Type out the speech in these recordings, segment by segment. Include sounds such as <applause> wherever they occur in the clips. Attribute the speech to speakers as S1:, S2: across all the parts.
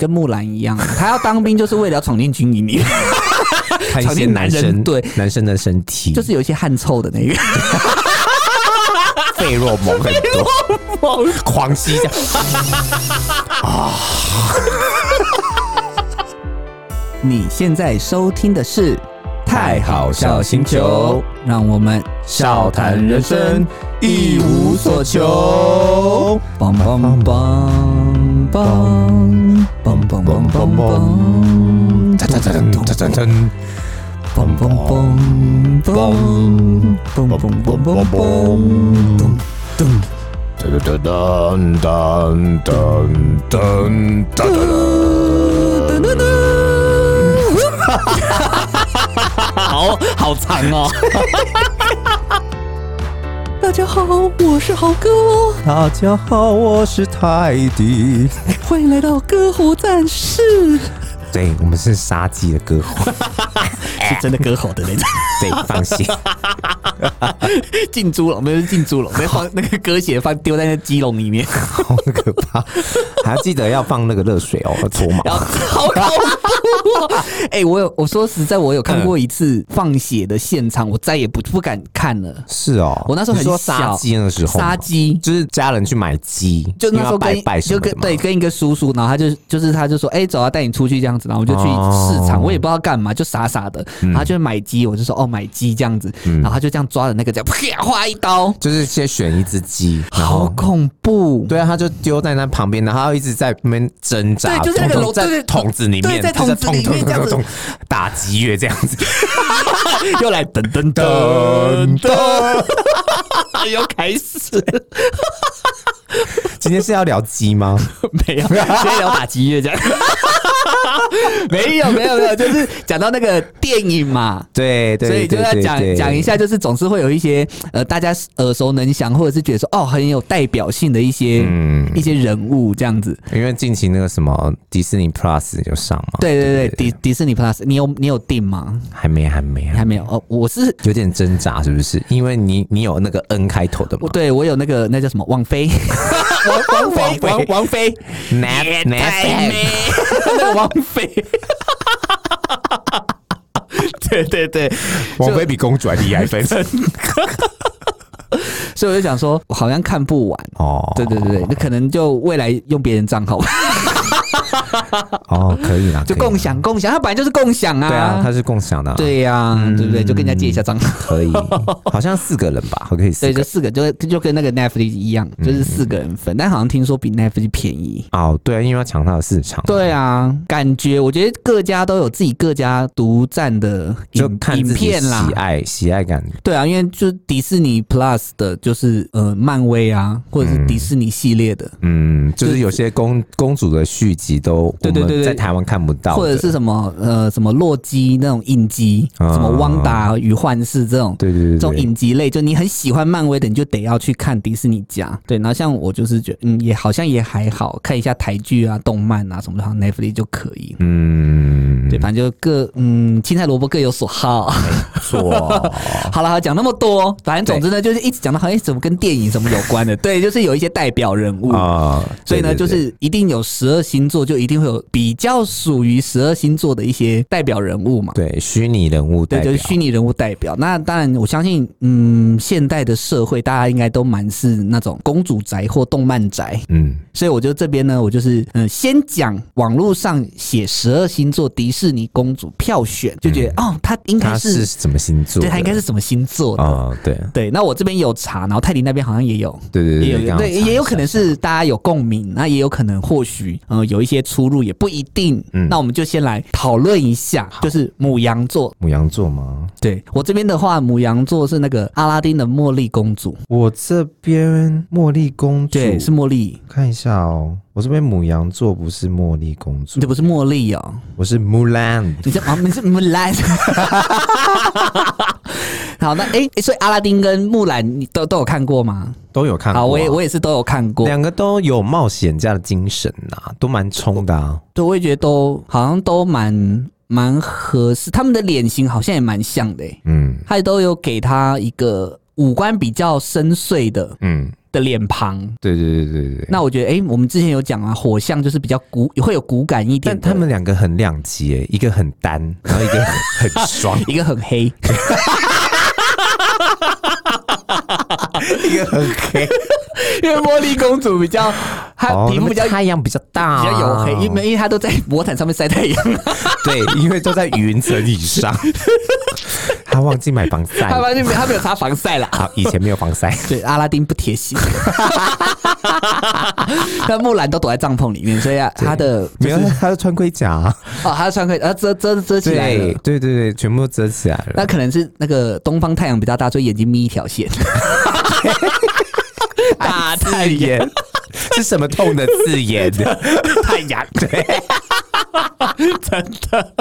S1: 跟木兰一样，他要当兵就是为了要闯进军营里，
S2: 看一些男
S1: 场地男
S2: 生
S1: 人对
S2: 男生的身体，
S1: <laughs> 就是有一些汗臭的那个。
S2: 费洛蒙很
S1: <laughs>
S2: 多，狂吸这样。
S1: <laughs> 你现在收听的是《
S2: 太好笑星球》，
S1: 让我们
S2: 笑谈人生一无所求。
S1: 棒棒棒棒棒棒棒棒棒棒，
S2: 噔噔噔噔噔噔
S1: 棒棒棒棒棒棒棒棒棒，咚
S2: 噔噔噔噔噔噔噔噔
S1: 咚咚咚， <laughs> 好好长哦。 <laughs> 大家好，我是豪哥哦。
S2: 大家好，我是泰迪。
S1: 欢迎来到歌喉战士，
S2: 对，我们是杀鸡的歌喉，
S1: 是真的歌喉的那种。 <laughs>
S2: 对，放心。
S1: 进猪笼，没有是进猪笼，没放那个鸽血放丢在那鸡笼里面，
S2: 好可怕！还要记得要放那个热水哦，搓毛。
S1: 然后好恐怖、哦！ <laughs> 嗯哎、我有我说实在，我有看过一次放血的现场，我再也不不敢看了。
S2: 是哦，
S1: 我那时候
S2: 你
S1: 很
S2: 说
S1: 小
S2: 杀鸡那时候吗，
S1: 杀鸡。
S2: 就是家人去买鸡，
S1: 就那时候
S2: 因为
S1: 跟
S2: 要拜拜什
S1: 就
S2: 么
S1: 跟
S2: 的嘛
S1: 对跟一个叔叔，然后他就就是他就说，哎、走啊，带你出去这样子，然后我就去市场，
S2: 哦嗯
S1: 我也不知道干嘛，就傻傻的，然后就买鸡，我就说哦买鸡这样子，然后他就这样抓着那个这样啪划一刀，
S2: 就是先选一只鸡，然
S1: 好
S2: 后
S1: 恐怖，
S2: 对啊，他就丢在那旁边，然后他一直在那边挣扎，
S1: 对就是那个
S2: 捅
S1: 笼对
S2: 在
S1: 对
S2: 桶子里面，
S1: 对在
S2: 就是
S1: 桶子里面
S2: 捅
S1: 这样子
S2: 捅捅捅打击乐这样子，
S1: <laughs>
S2: <laughs>
S1: 又来噔噔
S2: 噔噔。
S1: <laughs> 又开始
S2: 今天是要聊
S1: <laughs>
S2: 鸡吗？
S1: 没有，先聊打击乐这样。 <laughs> 没有没有没有，就是讲到那个电影嘛，
S2: 对对，
S1: 所以就
S2: 对
S1: 要
S2: 对
S1: 讲
S2: 对
S1: 讲一下，就是总是会有一些呃大家耳熟能详，或者是觉得说哦很有代表性的一些、
S2: 嗯哦
S1: 一些人物这样子。
S2: 因为近期那个什么迪士尼 Plus 有上嘛，
S1: 对对对，迪迪士尼 Plus，你有你有订吗？
S2: 还没还没还
S1: 还没有哦，我是
S2: 有点挣扎，是不是？因为你你有那个 N 开头的嘛
S1: 我对我有那个那叫什么王菲，王王
S2: 哦 <laughs> 王
S1: 菲
S2: 菲
S1: 王王菲，太
S2: ，Net Net
S1: 美， <laughs> 那个王菲。对对对，
S2: 王菲比公主还厉害，分
S1: 所以我就想说，我好像看不完。
S2: 哦，
S1: 对对对对，那可能就未来用别人账号吧，
S2: 哦，可以啦，
S1: 就
S2: 可以啦
S1: 共，享共享，它本来就是共享啊。
S2: 对啊，它是共享的啊，
S1: 对呀、对不对？就跟人家借一下
S2: <laughs>
S1: 账号。<laughs>
S2: 可以，好像四个人吧，可以四
S1: 对，
S2: 个
S1: 就。四个，就就跟那个 Netflix 一样，就是四个人分，但好像听说比 Netflix 便宜。
S2: 哦，对，因为要抢它的市场，，
S1: 对啊，感觉我觉得各家都有自己各家独占的
S2: 就
S1: 影
S2: 看
S1: 影
S2: 自己
S1: 片啦
S2: 喜，爱喜爱感。
S1: 对啊，因为就是迪士尼 Plus 的，就是呃漫威啊，或者是迪士尼系列的，
S2: 嗯，就
S1: 就是
S2: 有些公公主的续集都我
S1: 对对对对
S2: 们在台湾看不到的，
S1: 或者是什么呃什么洛基那种影集，
S2: 啊
S1: 什么汪达与幻视这种。
S2: 对对对
S1: 这种
S2: 对，
S1: 影集类，就你很喜欢漫威的，你就得要去看迪士尼家。对，然后像我就是觉得，嗯，也好像也还好，看一下台剧啊、动漫啊什么的，好像 Netflix 就可以。
S2: 嗯，
S1: 对，反正就各嗯青菜萝卜各有所好。
S2: 错，
S1: <laughs> 好了，好讲那么多，反正总之呢，就是一直讲到好像哎怎么跟电影什么有关的，对，就是有一些代表人物
S2: 啊，
S1: 所以呢，
S2: 对
S1: 就
S2: 对对
S1: 是一定有十二星座，就一定会有比较属于十二星座的一些代表人物嘛。
S2: 对虚拟人物代
S1: 对，
S2: 表
S1: 就是虚拟人物代表。那当然，我相信，嗯，现代的社会大家应该都蛮是那种公主宅或动漫宅，
S2: 嗯，
S1: 所以我就这边呢，我就是嗯，先讲网络上写十二星座迪士尼公主票选，就觉得、哦，她应该
S2: 嗯他是
S1: 是，
S2: 什么星座的？
S1: 对，她应该是什么星座的？
S2: 啊，对
S1: 对，那我这边有查，然后泰迪那边好像也有，
S2: 对对
S1: 也
S2: 对，
S1: 有
S2: 刚刚
S1: 对，
S2: 查
S1: 也有
S2: 一下
S1: 可能是大家有共鸣，那也有可能或许呃有一些出入，也不一定。
S2: 嗯
S1: 那我们就先来讨论一下，就是母羊座。
S2: 母羊座吗？
S1: 对我这边的话，母羊座是那个阿拉丁的茉莉公主，
S2: 我这边茉莉公主
S1: 对，是茉莉，
S2: 看一下哦，我这边母羊座不是茉莉公主
S1: 这，不是茉莉哦，
S2: 我是 Mulan。
S1: 你这啊，你是木兰。 <laughs> 好，那哎、诶所以阿拉丁跟木兰你都都有看过吗？
S2: 都有看过、啊，
S1: 好，我也我也是都有看过，
S2: 两个都有冒险家的精神呐、都蛮冲的啊。
S1: 对，我也觉得都好像都蛮蛮合适，他们的脸型好像也蛮像的、诶
S2: 嗯
S1: 他也都有给他一个五官比较深邃的，
S2: 嗯，
S1: 的脸庞。
S2: 对对对对对。
S1: 那我觉得，哎、我们之前有讲啊，火象就是比较骨，会有骨感一点
S2: 但
S1: 的。
S2: 他们两个很两极诶，一个很单，然后一个 <laughs> 很爽，
S1: 一个很黑，
S2: 一个很黑，
S1: 因为茉莉公主比较，她
S2: 哦
S1: 皮肤比较、
S2: 那么太阳比较大，啊
S1: 比较黝黑，因为因为她都在魔毯上面晒太阳， <laughs>
S2: 对，因为都在云层以上。 <laughs> 他忘记买防晒
S1: 她
S2: 了，
S1: 完全没有她没有擦防晒啦。
S2: 好，以前没有防 <laughs> 晒。
S1: 对，阿拉丁不贴心， <laughs> 但木兰都躲在帐篷里面，所以啊，她的就
S2: 没
S1: 是
S2: 有，他是穿盔甲啊、
S1: 哦，她穿盔，呃，遮遮遮起来
S2: 对
S1: 了。
S2: 对对对，全部都遮起来了。
S1: 那可能是那个东方太阳比较大，所以眼睛眯一条线。 <laughs> 大太
S2: 字
S1: 阳，
S2: 眼是什么痛的字眼？
S1: 太阳，对，真的，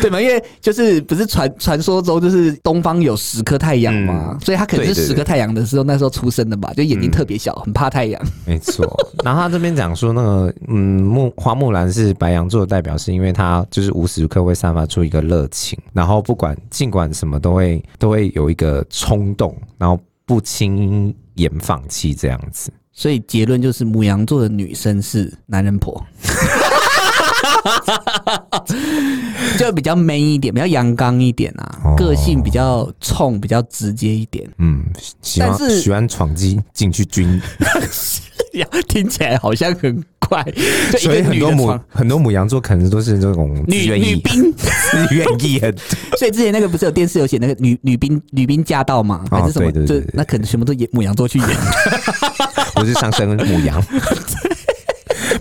S1: 对嘛？因为就是不是传传说中就是东方有十颗太阳嘛，
S2: 嗯
S1: 所以他可能
S2: 对
S1: 是
S2: 对对嗯
S1: 十颗太阳的时候，那时候出生的吧，就眼睛特别小，很怕太阳。
S2: 没错。然后他这边讲说，那个嗯，木花木兰是白羊座的代表，是因为他就是无时无刻会散发出一个热情，然后不管尽管什么都会都会有一个冲动，然后不轻言放弃这样子。
S1: 所以结论就是，母羊座的女生是男人婆， <laughs> 就比较 man 一点，比较阳刚一点啊
S2: 哦，
S1: 个性比较冲，比较直接一点。 <laughs>
S2: 嗯，喜欢
S1: 但是
S2: 喜欢闯机进去
S1: <laughs>
S2: 军，
S1: 听起来好像很怪，
S2: <laughs>
S1: 就一
S2: 所
S1: 个
S2: 以很
S1: 女
S2: 多
S1: 的
S2: 母
S1: 床
S2: 很多母羊座可能都是这种自
S1: 女
S2: 愿
S1: 女
S2: 意
S1: 兵，
S2: <laughs> 自愿意很
S1: 所以之前那个不是有电视有写那个女女兵女兵驾到吗？
S2: 哦
S1: 还是什么？
S2: 对对对
S1: 就
S2: 对
S1: 那可能全部都演母羊座去演，
S2: 我是上升母羊，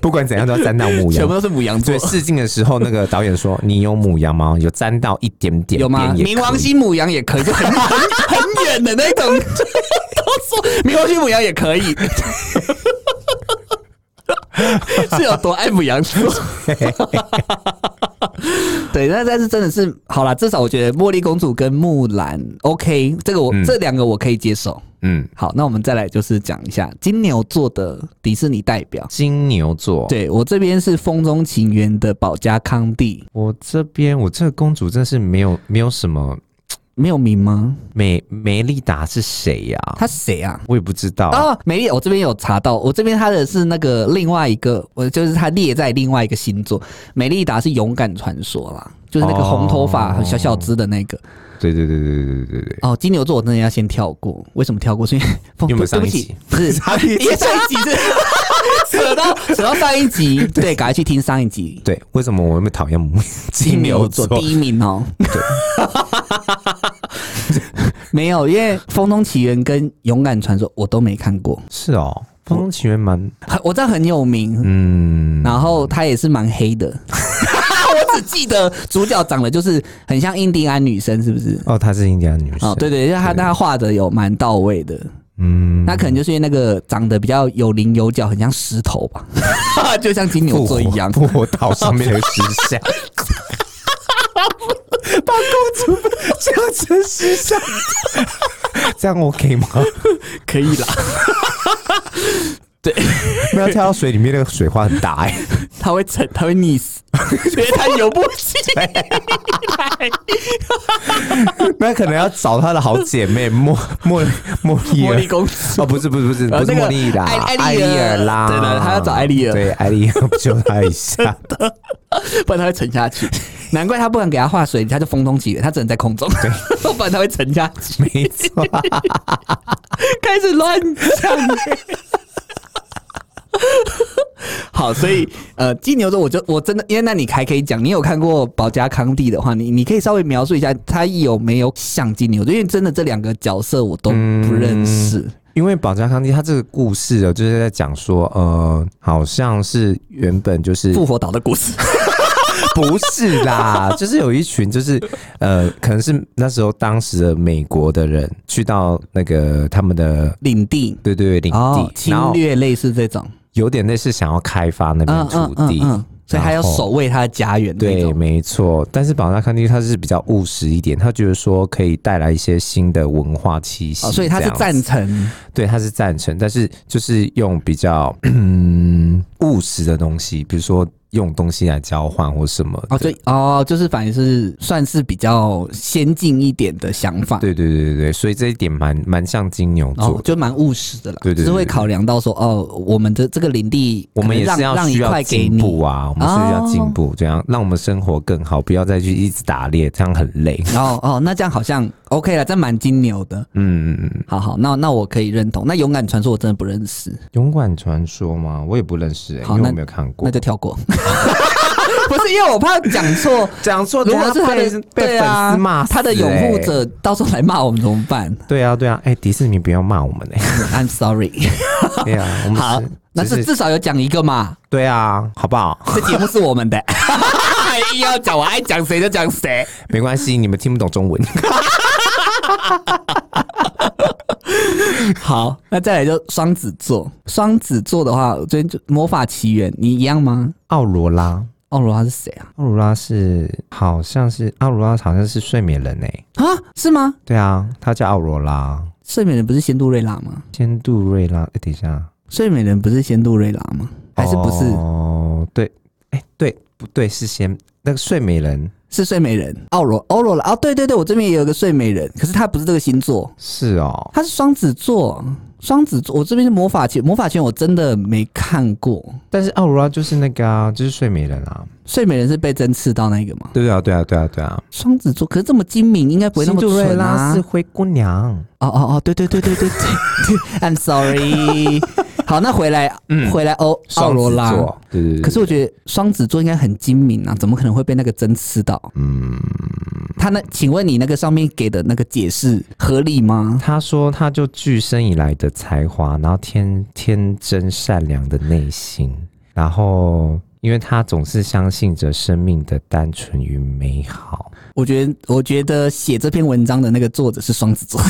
S2: 不管怎样都要沾到 <laughs> 母
S1: 全
S2: 羊
S1: 部。都是母羊座
S2: 对，。试镜的时候，那个导演说：“你有母羊吗？有沾到一点点边
S1: 有吗？
S2: 也
S1: 冥
S2: 可
S1: 王
S2: 以
S1: 星母羊也可以，就很 <laughs> 很很远的那种。 <laughs> 都说冥王星母羊也可以， <laughs> 是有多爱母羊
S2: <laughs>
S1: 座？对，那但是真的是好啦，至少我觉得茉莉公主跟木兰 OK，这个我、
S2: 嗯
S1: 这两个我可以接受。
S2: 嗯，
S1: 好，那我们再来就是讲一下金牛座的迪士尼代表。
S2: 金牛座。，
S1: 对我这边是《风中情缘》的保加康帝，
S2: 我这边我这个公主真是没有没有什么
S1: 没有名吗？
S2: 美美丽达是谁呀、
S1: 他谁啊？
S2: 我也不知道。
S1: 哦，没有，我这边有查到，我这边他的是那个另外一个，我就是他列在另外一个星座，美丽达是勇敢传说啦，就是那个红头发
S2: 哦
S1: 很小小只的那个。
S2: 对对对对对对对对。
S1: 哦，金牛座我真的要先跳过，为什么跳过？是因为 <laughs> 风
S2: 因
S1: 对
S2: 为我们上
S1: 不
S2: 一
S1: 起
S2: 集，
S1: 不是
S2: 上一集
S1: 因为上一集是扯到扯到上一集，对，赶快去听上一集。
S2: 对，为什么我那么讨厌母金牛座？
S1: 第一名哦。 <laughs> 没有，因为《风中奇缘》跟《勇敢传说》我都没看过，
S2: 是哦，《风中情缘》蛮
S1: 很我知道很有名，
S2: 嗯，
S1: 然后他也是蛮黑的。 <laughs> 我只记得主角长得就是很像印第安女生，是不是？
S2: 哦，她是印第安女生。
S1: 哦，对对，因为他他画的有蛮到位的，
S2: 嗯，
S1: 那可能就是因为那个长得比较有棱有角，很像石头 <laughs> 吧，就像金牛
S2: 复
S1: 座
S2: 活
S1: 一样。
S2: 复活岛上面的石像，把公主叫成石像，这样 OK 吗？
S1: 可以啦，
S2: 没有跳到水里面，那个水花很大
S1: <laughs>
S2: 哎、
S1: 他会沉，他会溺 <laughs> 死，因为他游不 <laughs> 起来。
S2: 那可能要找她的好姐妹莫莫莫莉
S1: 茉
S2: 尔
S1: 莉公主。
S2: 哦，不是不是不是
S1: 呃
S2: 不是
S1: 那个
S2: 茉莉啦，
S1: 艾艾
S2: 艾
S1: 丽尔
S2: 丽尔啦，
S1: 对的她要找艾丽尔
S2: 对，艾丽尔救她
S1: <laughs>
S2: 一下，
S1: 不然他会沉下去。难怪他不敢给他画水，他就风中起源，他只能在空中，对， <laughs> 不然他会沉下去。
S2: 没错，
S1: 开始乱讲。 <laughs> 好，所以呃，金牛座，我就我真的，因为那你还可以讲，你有看过保加康帝的话，你你可以稍微描述一下他有没有像金牛座，因为真的这两个角色我都不认识。
S2: 因为保加康帝他这个故事哦，就是在讲说，呃，好像是原本就是
S1: 复活岛的故事，
S2: <laughs> 不是
S1: <laughs>
S2: 啦，就是有一群，就是呃，可能是那时候当时的美国的人去到那个他们的
S1: 领地
S2: 对对对领地，
S1: 哦，侵
S2: 然后
S1: 略类似这种，嗯
S2: 有点类似想要开发那边土地，
S1: 所以他要
S2: 然后
S1: 守卫他的家园那
S2: 对，
S1: 种。
S2: 没错。但是保加康帝他是比较务实一点，他觉得说可以带来一些新的文化气息、
S1: 哦，所以他
S2: 这
S1: 是
S2: 样子
S1: 赞成
S2: 对，他是赞成，但是就是用比较嗯务实的东西，比如说用东西来交换或什么的。
S1: 哦，对哦，就是反正是算是比较先进一点的想法，
S2: 对对对对对，所以这一点蛮蛮像金牛
S1: 然后
S2: 座的。
S1: 哦就蛮务实的啦，
S2: 对对对
S1: 就是会考量到说，哦，我们的这个领地，
S2: 我们也
S1: 可能
S2: 是要
S1: 让让一
S2: 需要
S1: 块给
S2: 进
S1: 你哦
S2: 步啊，我们是需要进步，这样让我们生活更好，不要再去一直打猎，这样很累。
S1: 然后哦，那这样好像 OK 了，这蛮金牛的。
S2: 嗯，嗯嗯
S1: 好好，那那我可以认同。那勇敢传说我真的不认识，
S2: 勇敢传说吗？我也不认识、欸，
S1: 好
S2: 因为
S1: 那
S2: 我没有看过
S1: 那。就跳过。 <laughs> 不是因为我怕讲
S2: <laughs>
S1: 错，
S2: 讲错，
S1: 如果是他
S2: 被
S1: 的
S2: 被
S1: 对
S2: 粉
S1: 啊
S2: 丝骂、，欸
S1: 他的拥护。者到时候来骂我们怎么办 <laughs>
S2: 对啊，对啊，哎、迪士尼不要骂我们哎、
S1: ？I'm sorry。 <laughs>
S2: 对啊，我们
S1: 好
S2: 只，
S1: 那
S2: 只
S1: 是
S2: 是
S1: 至少有讲一个嘛，
S2: 对啊，好不好？ <laughs>
S1: 这节目是我们的。
S2: 哎
S1: 硬要讲，我爱讲谁就讲谁。
S2: 没关系，你们听不懂中文。 <laughs>
S1: 好，那再来就双子座。双子座的话，我最近就《魔法奇缘》，你一样吗？
S2: 奥罗拉，
S1: 奥罗拉是谁啊？
S2: 奥罗拉是好像是奥罗拉，好像是睡美人哎、
S1: 啊，是吗？
S2: 对啊，她叫奥罗拉，
S1: 睡美人不是仙杜瑞拉吗？
S2: 仙杜瑞拉。哎、等一下，
S1: 睡美人不是仙杜瑞拉吗？还是不是？
S2: 哦，对，哎、对，不对，是仙那个睡美人
S1: 是睡美人奥罗欧罗拉哦，对对对，我这边也有个睡美人，可是她不是这个星座，
S2: 是哦。
S1: 她是双子座。双子座，我这边是魔法圈，魔法圈我真的没看过。
S2: 但是奥罗拉就是那个啊，就是睡美人啊，
S1: 睡美人是被针刺到那个吗？
S2: 对啊，对啊，对啊，对啊。
S1: 双子座，可是这么精明，应该不会那么
S2: 仙杜瑞
S1: 蠢
S2: 拉
S1: 啊
S2: 是。灰姑娘，
S1: 哦哦哦，对对对对对对，I'm sorry。好，
S2: <laughs>
S1: 那回来，
S2: 嗯
S1: 回来欧奥罗拉
S2: 双子。座，对对对。
S1: 可是我觉得双子座应该很精明啊，怎么可能会被那个针刺到？
S2: 嗯，
S1: 他那，请问你那个上面给的那个解释合理吗？
S2: 他说他就具身以来的才华，然后天天真善良的内心，然后因为他总是相信着生命的单纯与美好，
S1: 我觉得，我觉得写这篇文章的那个作者是双
S2: <laughs>
S1: 子座。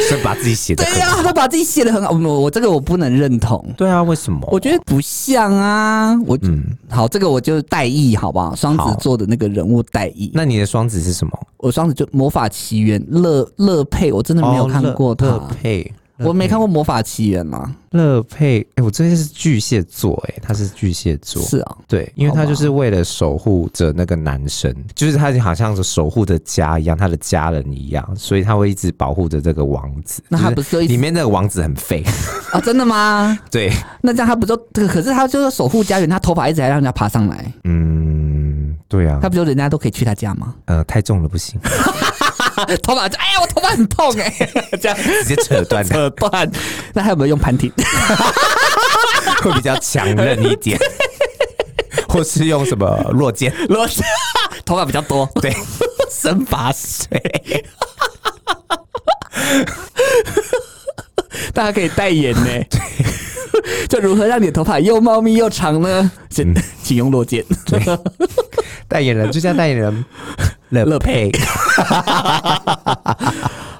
S2: 是把自己写的
S1: 对呀、他把自己写的很好，我我这个我不能认同。
S2: 对啊，为什么？
S1: 我觉得不像啊，我、
S2: 嗯，
S1: 好，这个我就代意好不好？双子座的那个人物代意。
S2: 那你的双子是什么？
S1: 我双子就《魔法奇缘》乐乐佩，我真的没有看过他，
S2: 哦乐乐佩，
S1: 我没看过《魔法奇缘》嘛。
S2: 乐佩。哎、我这是巨蟹座、哎，他是巨蟹座，
S1: 是啊，
S2: 对，因为
S1: 好
S2: 他
S1: 吧
S2: 就是为了守护着那个男生，就是他好像是守护着家一样，他的家人一样，所以他会一直保护着这个王子。
S1: 那他
S2: 就
S1: 不是就一直
S2: 里面那个王子很废？ <laughs>
S1: 啊，真的吗？
S2: 对，
S1: 那这样他不就这个？可是他就是守护家园，他头发一直还让人家爬上来，
S2: 嗯，对啊
S1: 他，不就人家都可以去他家
S2: <laughs>
S1: 吗？
S2: 呃，太重了不行，
S1: 头发就哎呀，我头发很痛哎、这样
S2: 直接
S1: <laughs>
S2: 扯断它
S1: 扯断。那还有没有用盘体？啊
S2: 会比较强韧一点， <laughs> 或是用什么落肩？
S1: 罗斯 <laughs> 头发比较多，
S2: 对，
S1: 生发水。 <laughs> 大家可以代言呢、就如何让你的头发又茂密又长
S2: 嗯
S1: 呢？请、请用落
S2: <laughs>
S1: 剑。
S2: 代言人就像代言人乐
S1: 乐佩。 <laughs>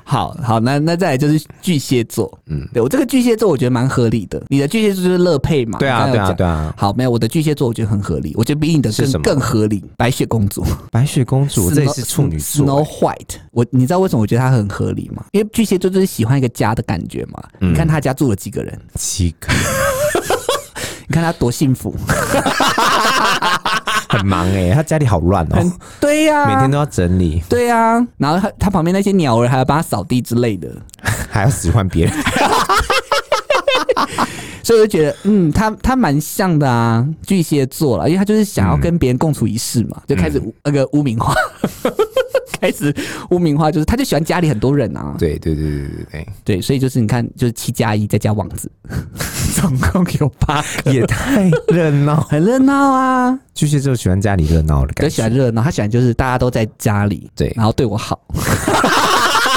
S1: 好好，那那再来就是巨蟹座，嗯，对我这个巨蟹座我觉得蛮合理的。你的巨蟹座就是乐佩嘛，
S2: 对啊
S1: 刚刚有
S2: 对啊
S1: 讲
S2: 对啊
S1: 好，没有我的巨蟹座我觉得很合理，我觉得比你的
S2: 是什
S1: 更更
S2: 么
S1: 合理。白雪公主，
S2: 白雪公主，这也是处女
S1: Snow-
S2: 座欸
S1: Snow。White，我你知道为什么我觉得她很合理吗？因为巨蟹座就是喜欢一个家的感觉嘛。你
S2: 嗯
S1: 看她家住了几个人，
S2: 七个
S1: 你看她多幸福。
S2: 哦很忙哎、他家里好乱哦、
S1: 对呀、
S2: 每天都要整理，
S1: 对呀、然后她她旁边那些鸟儿还要帮她扫地之类的，
S2: 还要使唤别人。
S1: 所以我就觉得，嗯，他他蛮像的啊，巨蟹座了，因为他就是
S2: 嗯
S1: 想要跟别人共处一室嘛，就开始污那个污名化， <laughs> 开始污名化，就是他就喜欢家里很多人啊，
S2: 对对对对对对。 <laughs>
S1: 对，所以就是你看，就是七加一再加王子， <laughs> 总共有八个，。
S2: 也太热闹
S1: 很热闹啊，
S2: <laughs> 巨蟹座喜欢家里热闹
S1: 就
S2: 的感
S1: 喜
S2: 觉
S1: 欢，热闹，他喜欢就是大家都在家里，
S2: 对
S1: 然后对我好。 <laughs>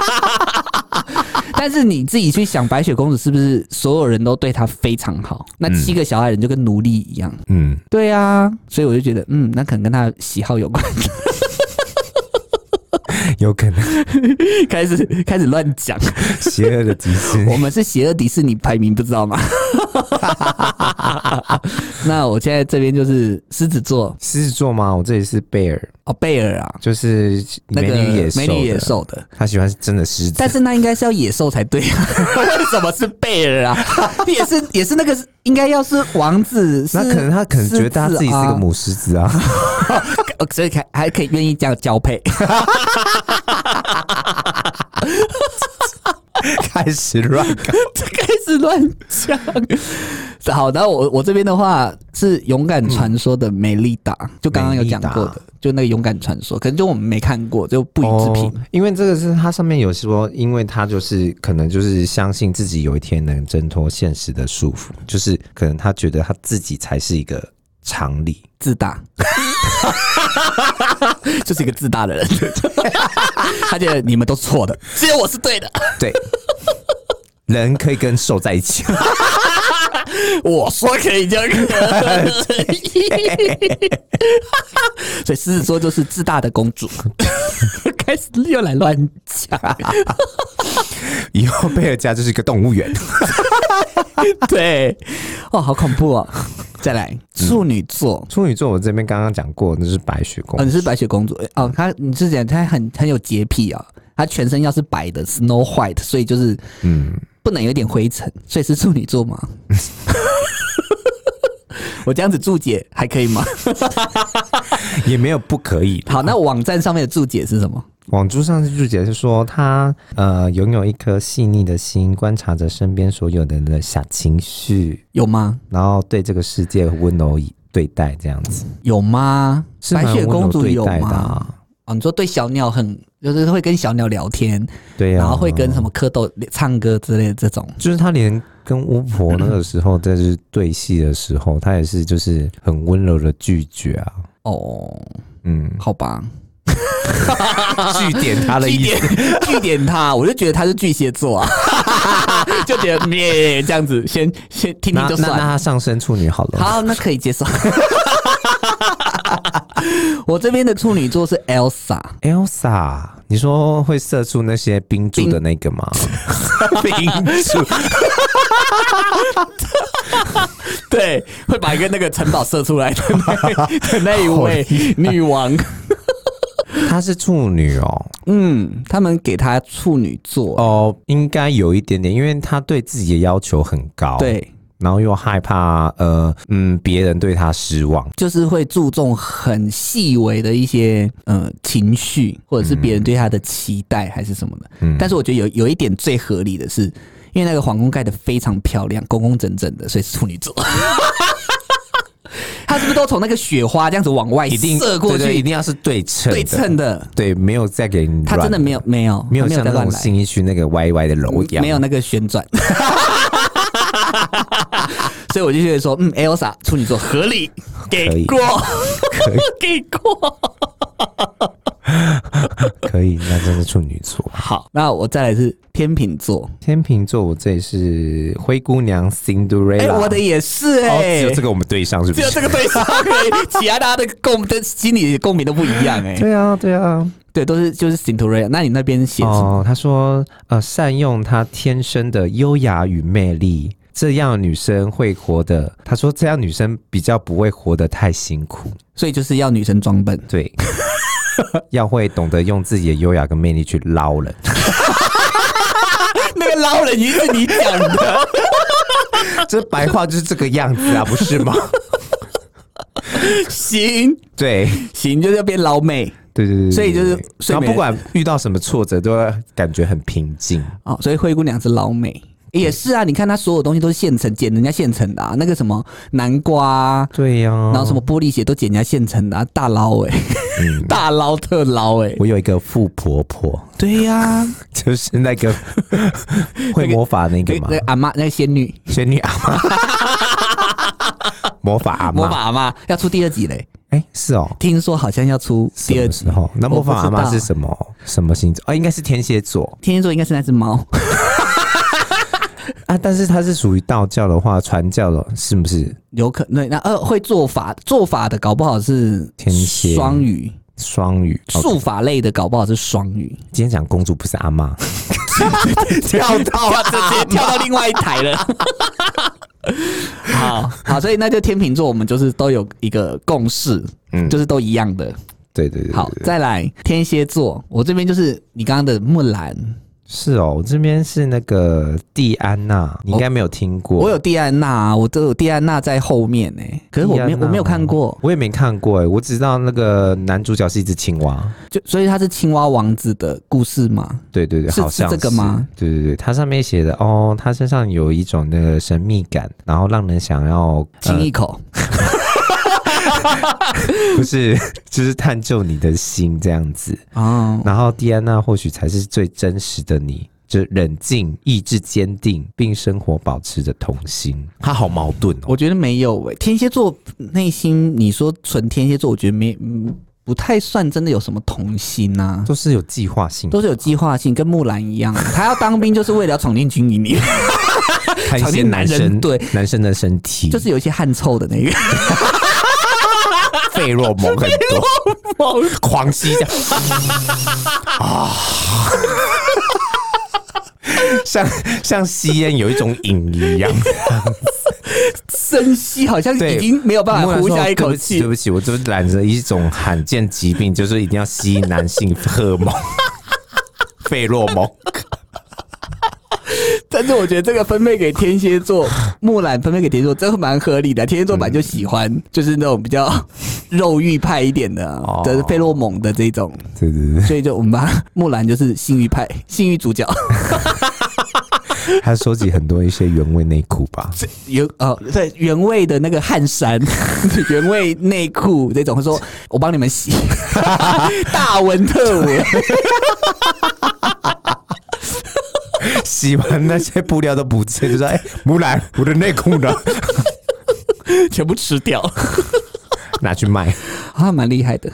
S1: 但是你自己去想，白雪公主是不是所有人都对她非常好？那七个小矮人就跟奴隶一样，
S2: 嗯，
S1: 对啊，所以我就觉得，嗯，那可能跟他喜好有关。
S2: 有可能
S1: <laughs> 开始开始乱
S2: <laughs>
S1: 讲。
S2: 邪恶的
S1: <laughs>
S2: 迪士
S1: 我
S2: 尼。
S1: 们是邪恶迪士尼排名，不知道吗？ <laughs> 那我现在这边就是狮子座
S2: 狮子座吗？我这里是贝尔，
S1: 哦，贝尔啊，
S2: 就是
S1: 那
S2: 美
S1: 个
S2: 女野兽，
S1: 美女野，兽的，
S2: 他喜欢真的狮子
S1: 但。是那应该是要野兽才对啊，为 <laughs> 什么是贝尔啊？ <laughs> 也是也是那个是应该要是王子，
S2: 那
S1: 是
S2: 可能他可能觉得他自己
S1: 狮子
S2: 是个
S1: 啊
S2: 母狮子啊， <laughs>
S1: 哦 <laughs> 所以还还可以愿意这样交配。
S2: 开始乱搞。
S1: 开始乱讲。好，然后我我这边的话是《勇敢传说》的美丽达，就刚刚有讲过
S2: 美丽
S1: 的，就那个《勇敢传说》，可能就我们没看过，就不予置评。
S2: 哦因为这个是它上面有说，因为他就是可能就是相信自己有一天能挣脱现实的束缚，就是可能他觉得他自己才是一个常理。
S1: 自
S2: <laughs>
S1: 大，就是一个自大的人。 <laughs> 他觉得你们都错的，只有我是对的，
S2: <laughs> 对，人可以跟兽在一起。
S1: 我说可以就可以。 <laughs> 所以狮子座就是自大的公主， <laughs> 开始又来乱讲。
S2: <laughs> 以后贝尔家就是一个动物园。
S1: <laughs> 对，哦，好恐怖哦！再来，处女座，
S2: 处女座我这边刚刚讲过，那就是白雪公
S1: 哦，你
S2: 主。
S1: 是白雪公主诶哦，她你之前她很很有洁癖啊，她全身要是白的，Snow White，所以就是嗯，不能有一点灰尘，所以是处女座嘛。 <laughs> 我这样子注解还可以吗？
S2: 也没有不可以的。
S1: 好，那网站上面的注解是什么？
S2: 网珠上次就解释说，他呃拥有一颗细腻的心，观察着身边所有人的小情绪，
S1: 有吗？
S2: 然后对这个世界温柔以对待，这样子。
S1: 有吗？
S2: 是蛮
S1: 白雪公主
S2: 温
S1: 有
S2: 柔对待的
S1: 吗？
S2: 啊？
S1: 哦，你说对小鸟很，就是会跟小鸟聊天，
S2: 对啊呀、
S1: 然后会跟什么蝌蚪唱歌之类的这种。
S2: 就是他连跟巫婆那个时候，就是对戏的时候，他也是就是很温柔的拒绝啊，
S1: 哦，
S2: 嗯，
S1: 好吧，
S2: <laughs> 据点他
S1: 据点 <laughs> 据点他，我就觉得他是巨蟹座啊， <laughs> 就觉得 <laughs> 咩这样子，先先听听
S2: 那那
S1: 就
S2: 那
S1: 算了。
S2: 他上升处女好了，
S1: 好，那可以接受。 <laughs> 我这边的处女座是 Elsa，
S2: Elsa，你说会射出那些冰柱的那个
S1: <laughs>
S2: 吗？冰柱， <laughs>
S1: 对，会把一个那个城堡射出来的那的那一位女王。
S2: 她是处女哦，
S1: 嗯，他们给她处女座，
S2: 哦，应该有一点点，因为她对自己的要求很高，，
S1: 对，
S2: 然后又害怕呃嗯别人对她失望，
S1: 就是会注重很细微的一些呃情绪，或者是别人对他的期待还是什么的。
S2: 嗯
S1: 但是我觉得有有一点最合理的是，因为那个皇宫盖的非常漂亮，工工整整的，所以是处女
S2: <laughs>
S1: 座。他是不是都从那个雪花这样子往外
S2: 一定
S1: 射过
S2: 对对一
S1: 去，
S2: 定要是对称的
S1: 对称的？
S2: 对，没有再给你
S1: 他真的
S2: 软
S1: 没有没有
S2: 没有
S1: 他没有
S2: 像
S1: 在
S2: 那
S1: 乱
S2: 种
S1: 来。
S2: 新一区那个歪歪的楼一样，
S1: 没有那个旋转。 <laughs> 所以我就觉得说，嗯，Elsa 处女座合理，
S2: 可
S1: 给
S2: 以
S1: 过， <laughs> 给过。
S2: 可以，那真的处女座。
S1: 好，那我再来是天秤座，
S2: 天秤座，我这里是灰姑娘
S1: 哎、
S2: Cinderella，
S1: 我的也是哎、
S2: 哦，只有这个我们对上是不
S1: 只
S2: 是
S1: 有？这个 <laughs> 对象可以，其他大家的共的心理共鸣都不一样哎、
S2: 对啊，对啊。
S1: 对，都是就是 Cinderella。那你那边写什么？
S2: 哦，他说，呃，善用她天生的优雅与魅力，这样的女生会活得，他说这样女生比较不会活得太辛苦，
S1: 所以就是要女生装笨，
S2: 对，要会懂得用自己的优雅跟魅力去
S1: <laughs>
S2: 捞人，
S1: <laughs> 那个捞人鱼是你讲的，
S2: 这白话就是这个样子啊，不是
S1: <laughs>
S2: 吗？
S1: <laughs> 行
S2: 对，
S1: 行，就是要变捞妹
S2: 对对对对
S1: 所以就是
S2: 对对
S1: 睡
S2: 然后
S1: 美
S2: 不管遇到什么挫折，都会感觉很平静。
S1: 哦，所以灰姑娘是老美。也是啊，你看她所有东西都是现成捡人家现成的、啊，那个什么南瓜啊、
S2: 对呀、
S1: 然后什么玻璃鞋都捡人家现成的、啊，大捞哎、 <laughs> 大捞特捞哎、
S2: 嗯我有一个富婆婆， <laughs>
S1: 对呀、
S2: 就是那
S1: <laughs>
S2: 个会魔法那个
S1: 那
S2: 嘛，
S1: 那个阿妈那个仙女
S2: 仙女阿妈， <laughs> 魔法阿
S1: 魔
S2: 妈。
S1: 法阿妈要出第二集嘞，
S2: 哎、是哦，
S1: 听说好像要出第
S2: 什
S1: 二
S2: 么
S1: 集
S2: 时。候？那魔法阿
S1: 我
S2: 妈
S1: 不知
S2: 是
S1: 道
S2: 什么什么星座？哦，应该是天蝎座
S1: 天蝎座应该是那只猫，
S2: 啊，但是它是属于道教的话，传教的是不是？
S1: 有可能那呃会做法做法的，搞不好是
S2: 天蝎
S1: 双鱼
S2: 双鱼，哦
S1: 术法类的搞不好是双语，
S2: 今天讲公主不是阿妈，
S1: 跳
S2: 啊
S1: 到了，直接跳到另外一台
S2: <laughs>
S1: 了。好好，所以那就天秤座，我们就是都有一个共识，
S2: 嗯
S1: 就是都一样的。
S2: 对对对对
S1: 好，
S2: 对
S1: 再来天蝎座，我这边就是你刚刚的木兰，
S2: 是哦，我这边是那个蒂安娜，你应该没有听过，
S1: 哦我有蒂安娜啊，我都有蒂安娜在后面呢、可是我没
S2: 蒂
S1: 有
S2: 安娜
S1: 我没有看过，
S2: 我也没看过哎、我只知道那个男主角是一只青蛙，
S1: 就所以它是青蛙王子的故事嘛？
S2: 对对对，
S1: 是
S2: 好像
S1: 是这个吗？
S2: 对对对，它上面写的哦，它身上有一种那个神秘感，然后让人想要呃
S1: 亲一口，
S2: <laughs> 不是， <laughs> 就是探究你的心这样子。
S1: 哦，
S2: 然后蒂安娜或许才是最真实的你，就冷静、意志坚定，并生活保持着童心。他好矛盾哦。
S1: 我觉得没有诶、天蝎座内心，你说纯天蝎座，我觉得没、嗯、不太算真的有什么童心啊呐、
S2: 都是有计划性，
S1: 都是有计划性，跟木兰一样，他要当兵就是为了要闯进军营里，
S2: 看一
S1: 常
S2: 些
S1: 见男
S2: 男
S1: 人
S2: 生
S1: 对
S2: 男生的身体，
S1: <laughs> 就是有一些汗臭的那
S2: <laughs>
S1: 个。 <laughs>
S2: 费洛蒙很多，狂吸这样啊，像像吸烟有一种瘾一
S1: <laughs>
S2: 样，
S1: 深吸好像
S2: 对
S1: 已经没有办
S2: 木
S1: 法
S2: 兰
S1: 呼
S2: 说
S1: 下一口
S2: 对
S1: 气
S2: 不。起，对不起我就是染着一种罕见疾病，就是一定要吸男性荷尔蒙， <laughs> 费洛蒙。
S1: 但是我觉得这个分配给天蝎座，木兰分配给天蝎座，真的蛮合理的。天蝎座本来就喜欢，就是那种比较肉欲派一点的啊，
S2: 嗯哦
S1: 就是费洛蒙的这种，
S2: 对对对，
S1: 所以就我们把 <laughs> 木兰就是性欲派，性欲主角。
S2: 他收集很多一些原味内裤 <laughs> 吧，
S1: 原呃对原味的那个汗衫、 <laughs> 原味内裤这种，他说我帮你们洗， <laughs> 大文特文，
S2: 洗完那些布料都不见，就说：“哎、木兰，我的内裤 <laughs> 呢？
S1: 全部吃掉，
S2: 拿去卖。”
S1: <laughs> 啊，蛮厉害的，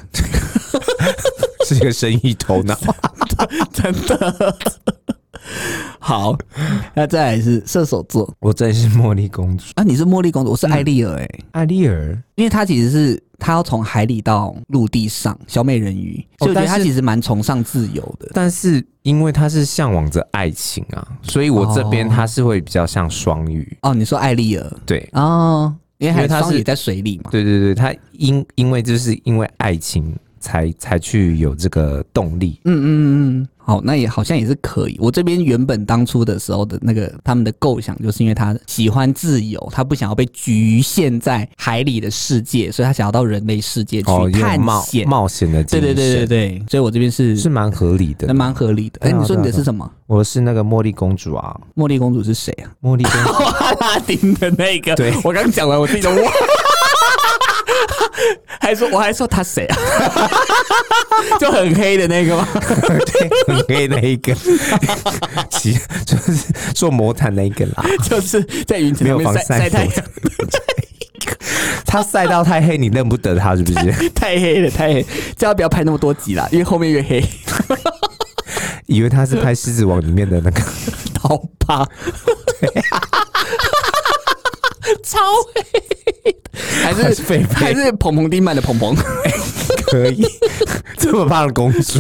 S2: 是一个生意头脑。
S1: <laughs> 真的。好，那再来是射手座
S2: 我真的是茉莉公主，
S1: 啊，你是茉莉公主，我是艾丽尔哎、欸
S2: 艾丽尔。
S1: 因为她其实是她要从海里到陆地上，小美人鱼，
S2: 哦
S1: 所以我觉得
S2: 但是
S1: 她其实蛮崇尚自由的。
S2: 但是因为她是向往着爱情啊，所以我这边
S1: 哦
S2: 她是会比较像双鱼。
S1: 哦，你说艾丽尔
S2: 对，
S1: 哦，因为
S2: 因
S1: 海
S2: 为她是
S1: 双也在水里嘛，
S2: 对对对，她因因为就是因为爱情才才去有这个动力。
S1: 嗯嗯嗯嗯，好，那也好像也是可以。我这边原本当初的时候的那个他们的构想，就是因为他喜欢自由，他不想要被局限在海里的世界，所以他想要到人类世界去
S2: 哦，有
S1: 探
S2: 冒
S1: 险。
S2: 冒险的精
S1: 对
S2: 神，
S1: 对对对对，所以我这边是
S2: 是蛮合理的
S1: 那。蛮合理的。哎、
S2: 对啊
S1: 你说
S2: 对
S1: 你
S2: 啊
S1: 的
S2: 对啊
S1: 是什么？
S2: 我是那个茉莉公主啊，
S1: 茉莉公主是谁 <laughs> 啊？
S2: 茉莉公主
S1: 阿拉丁的那个，
S2: 对
S1: 我刚讲完，我自己都忘 <laughs> 了。还说我还说他谁啊？ <laughs> 就很黑的那个吗？ <laughs>
S2: 对，很黑那一个， <laughs> 其就是做魔毯那一个
S1: <laughs>
S2: 啦。
S1: 就是在云层上
S2: 没有
S1: 面
S2: 防
S1: 晒
S2: 晒
S1: 晒太
S2: 服
S1: 阳。
S2: <laughs> 他晒到太黑，你认不得他是不是？
S1: <laughs> 太黑了，太黑，最好不要拍那么多集啦，因为后面越黑， <laughs>
S2: 以为他是拍《狮子王》里面的那个，
S1: 好吧？超黑还
S2: 还
S1: 是
S2: 是狒狒
S1: 还是蓬蓬丁曼的蓬蓬。
S2: 可 <laughs> 以这么胖的公主，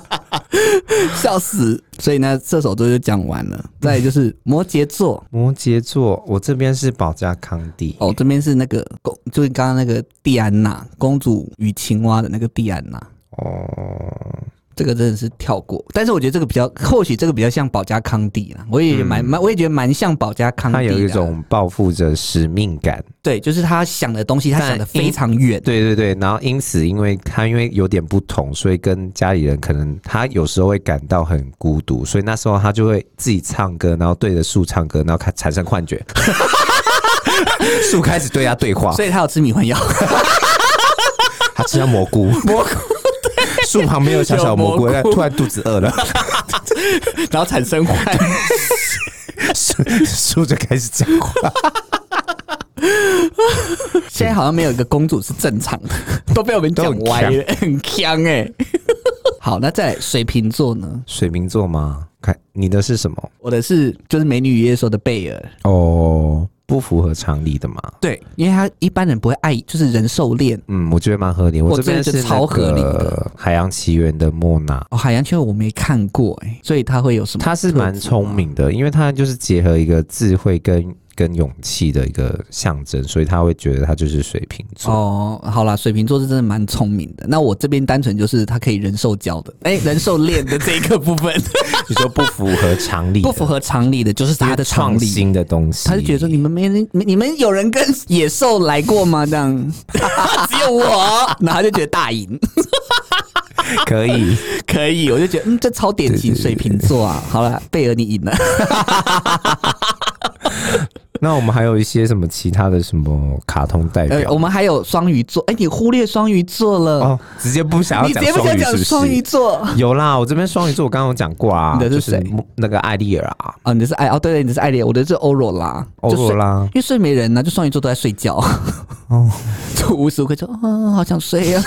S1: <laughs> 笑死！所以呢，射手座就讲完了，再来就是摩羯座。
S2: 摩羯座，我这边是保加康帝啊
S1: 哦，这边是那个公，就是刚刚那个蒂安娜公主与青蛙的那个蒂安娜，
S2: 哦，
S1: 这个真的是跳过。但是我觉得这个比较，或许这个比较像保加康帝啦，我也蛮蛮、我也觉得蛮像保加康帝
S2: 他
S1: 的啊。
S2: 嗯有一种抱负着使命感，
S1: 对，就是他想的东西，他
S2: 但
S1: 想的非常远。
S2: 对对对，然后因此，因为他因为有点不同，所以跟家里人可能他有时候会感到很孤独，所以那时候他就会自己唱歌，然后对着树唱歌，然后开产生幻 <laughs> 觉，树开始对他对话，
S1: 所以他有吃迷幻药，
S2: 他吃到蘑菇， <laughs> 蘑菇。树旁边有小小蘑菇，
S1: 有蘑菇
S2: 突然肚子饿了，
S1: 然后产生幻。
S2: <laughs> 树树就开始讲话。
S1: 现在好像没有一个公主是正常的，都被我们讲歪了，很强哎、 <laughs> 好，那再来水瓶座呢？
S2: 水瓶座吗？看你的是什么？
S1: 我的是就是《美女与野兽》的贝尔，
S2: 哦，不符合常理的嘛。
S1: 对，因为他一般人不会爱，就是人兽恋。
S2: 嗯，我觉得蛮合理。
S1: 我
S2: 这边
S1: 这
S2: 是
S1: 个
S2: 那
S1: 超合理
S2: 个《海洋奇缘》的莫娜，
S1: 哦，海洋圈我没看过哎、所以他会有什么特
S2: 她
S1: 质
S2: 是
S1: 吗？
S2: 蛮聪明的，因为她就是结合一个智慧跟跟勇气的一个象征，所以她会觉得她就是水瓶座。
S1: 哦，好啦，水瓶座是真的蛮聪明的。那我这边单纯就是他可以人兽交的，哎、人兽恋的这一个部分
S2: 你说不符合常理
S1: <laughs>
S2: 的，
S1: 不符合常理的，就是
S2: 因为
S1: 他的常
S2: 创
S1: 理。
S2: 新的东西。
S1: 他就觉得说你们没人，你们有人跟野兽来过吗？这样， <laughs> 只有我，然后他就觉得大赢，
S2: <laughs> 可以，
S1: 可以，我就觉得嗯，这超典型水瓶座啊。好了，贝尔你赢 <laughs> 了。
S2: 那我们还有一些什么其他的什么卡通代
S1: 呃，
S2: 表？
S1: 我们还有双鱼座，哎、你忽略双鱼座了，
S2: 哦，直接不想要
S1: 你
S2: 讲
S1: 直接不
S2: 双
S1: 想
S2: 鱼是
S1: 讲
S2: 不是？
S1: 双鱼座。
S2: <laughs> 有啦，我这边双鱼座我刚刚有讲过啊，
S1: 你的是
S2: 就
S1: 谁
S2: 那个艾丽尔啊，
S1: 哦，你的是爱哦，对对，你的是爱莲，我的是欧若拉，
S2: 欧若
S1: 就
S2: 拉
S1: 睡因为睡美人呢、就双鱼座都在睡觉，
S2: 哦，
S1: <laughs> 就无时无刻就啊，好想睡啊，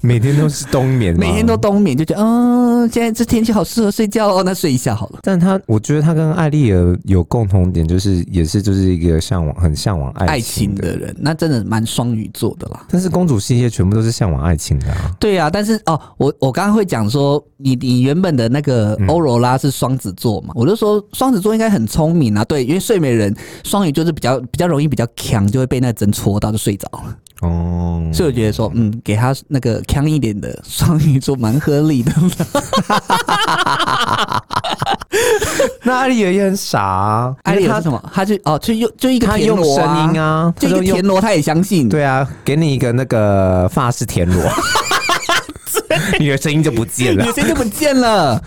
S2: 每天都是冬眠，
S1: 每天都。冬眠，就觉得嗯，现在这天气好适合睡觉哦，那睡一下好了。
S2: 但他，我觉得他跟艾丽尔有共同点，就是也是就是一个向往很向往
S1: 爱
S2: 爱
S1: 情
S2: 情的。
S1: 的人，那真的蛮双鱼座的啦。
S2: 但是公主系列全部都是向往爱情的、啊，
S1: 对啊，但是哦，我我刚刚会讲说，你你原本的那个
S2: 嗯
S1: 欧若拉是双子座嘛，我就说双子座应该很聪明啊，对，因为睡美人双鱼就是比较比较容易比较强，就会被那针戳到就睡着了，
S2: 哦，
S1: 所以我觉得说，嗯，给他那个强一点的双鱼座蛮合理
S2: <laughs>
S1: 的。
S2: 那艾丽尔也很傻、啊，
S1: 艾丽
S2: 因为
S1: 尔是什么？他就哦，就用就一个
S2: 他
S1: 田
S2: 用
S1: 螺啊，
S2: 声音啊，
S1: 就
S2: 他
S1: 一
S2: 就
S1: 个
S2: 用
S1: 田螺，他也相信。 <laughs>
S2: 对啊，给你一个那个发式田 <laughs> 螺，你的声音就不见了
S1: 有。些就不见了，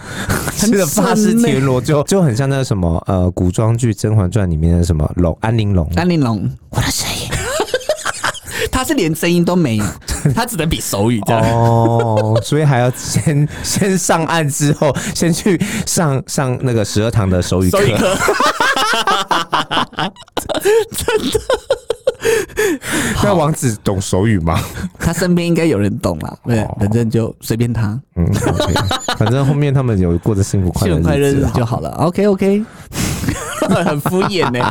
S1: 很
S2: <laughs> 吃了发式
S1: 神欸
S2: 田螺就就很像那个什么呃古装剧《甄嬛传》里面的什么龙安陵容，
S1: 安玲珑，我的声 <laughs> 音，他是连声音都没有，他只能比手语这样。
S2: 哦，所以还要先 <laughs> 先上岸之后，先去上上那个十二堂的手语课
S1: <laughs> 手。语课，
S2: 那王子懂手语吗？
S1: <laughs> 他身边应该有人懂啦。对，反正就随便他，
S2: 嗯，OK，反正后面他们有过着幸福快
S1: 幸
S2: 乐
S1: 福快乐
S2: 的
S1: 日
S2: 日
S1: 子
S2: 子啊
S1: 就
S2: 啦。
S1: 好了。OK <laughs> OK，很敷衍呢、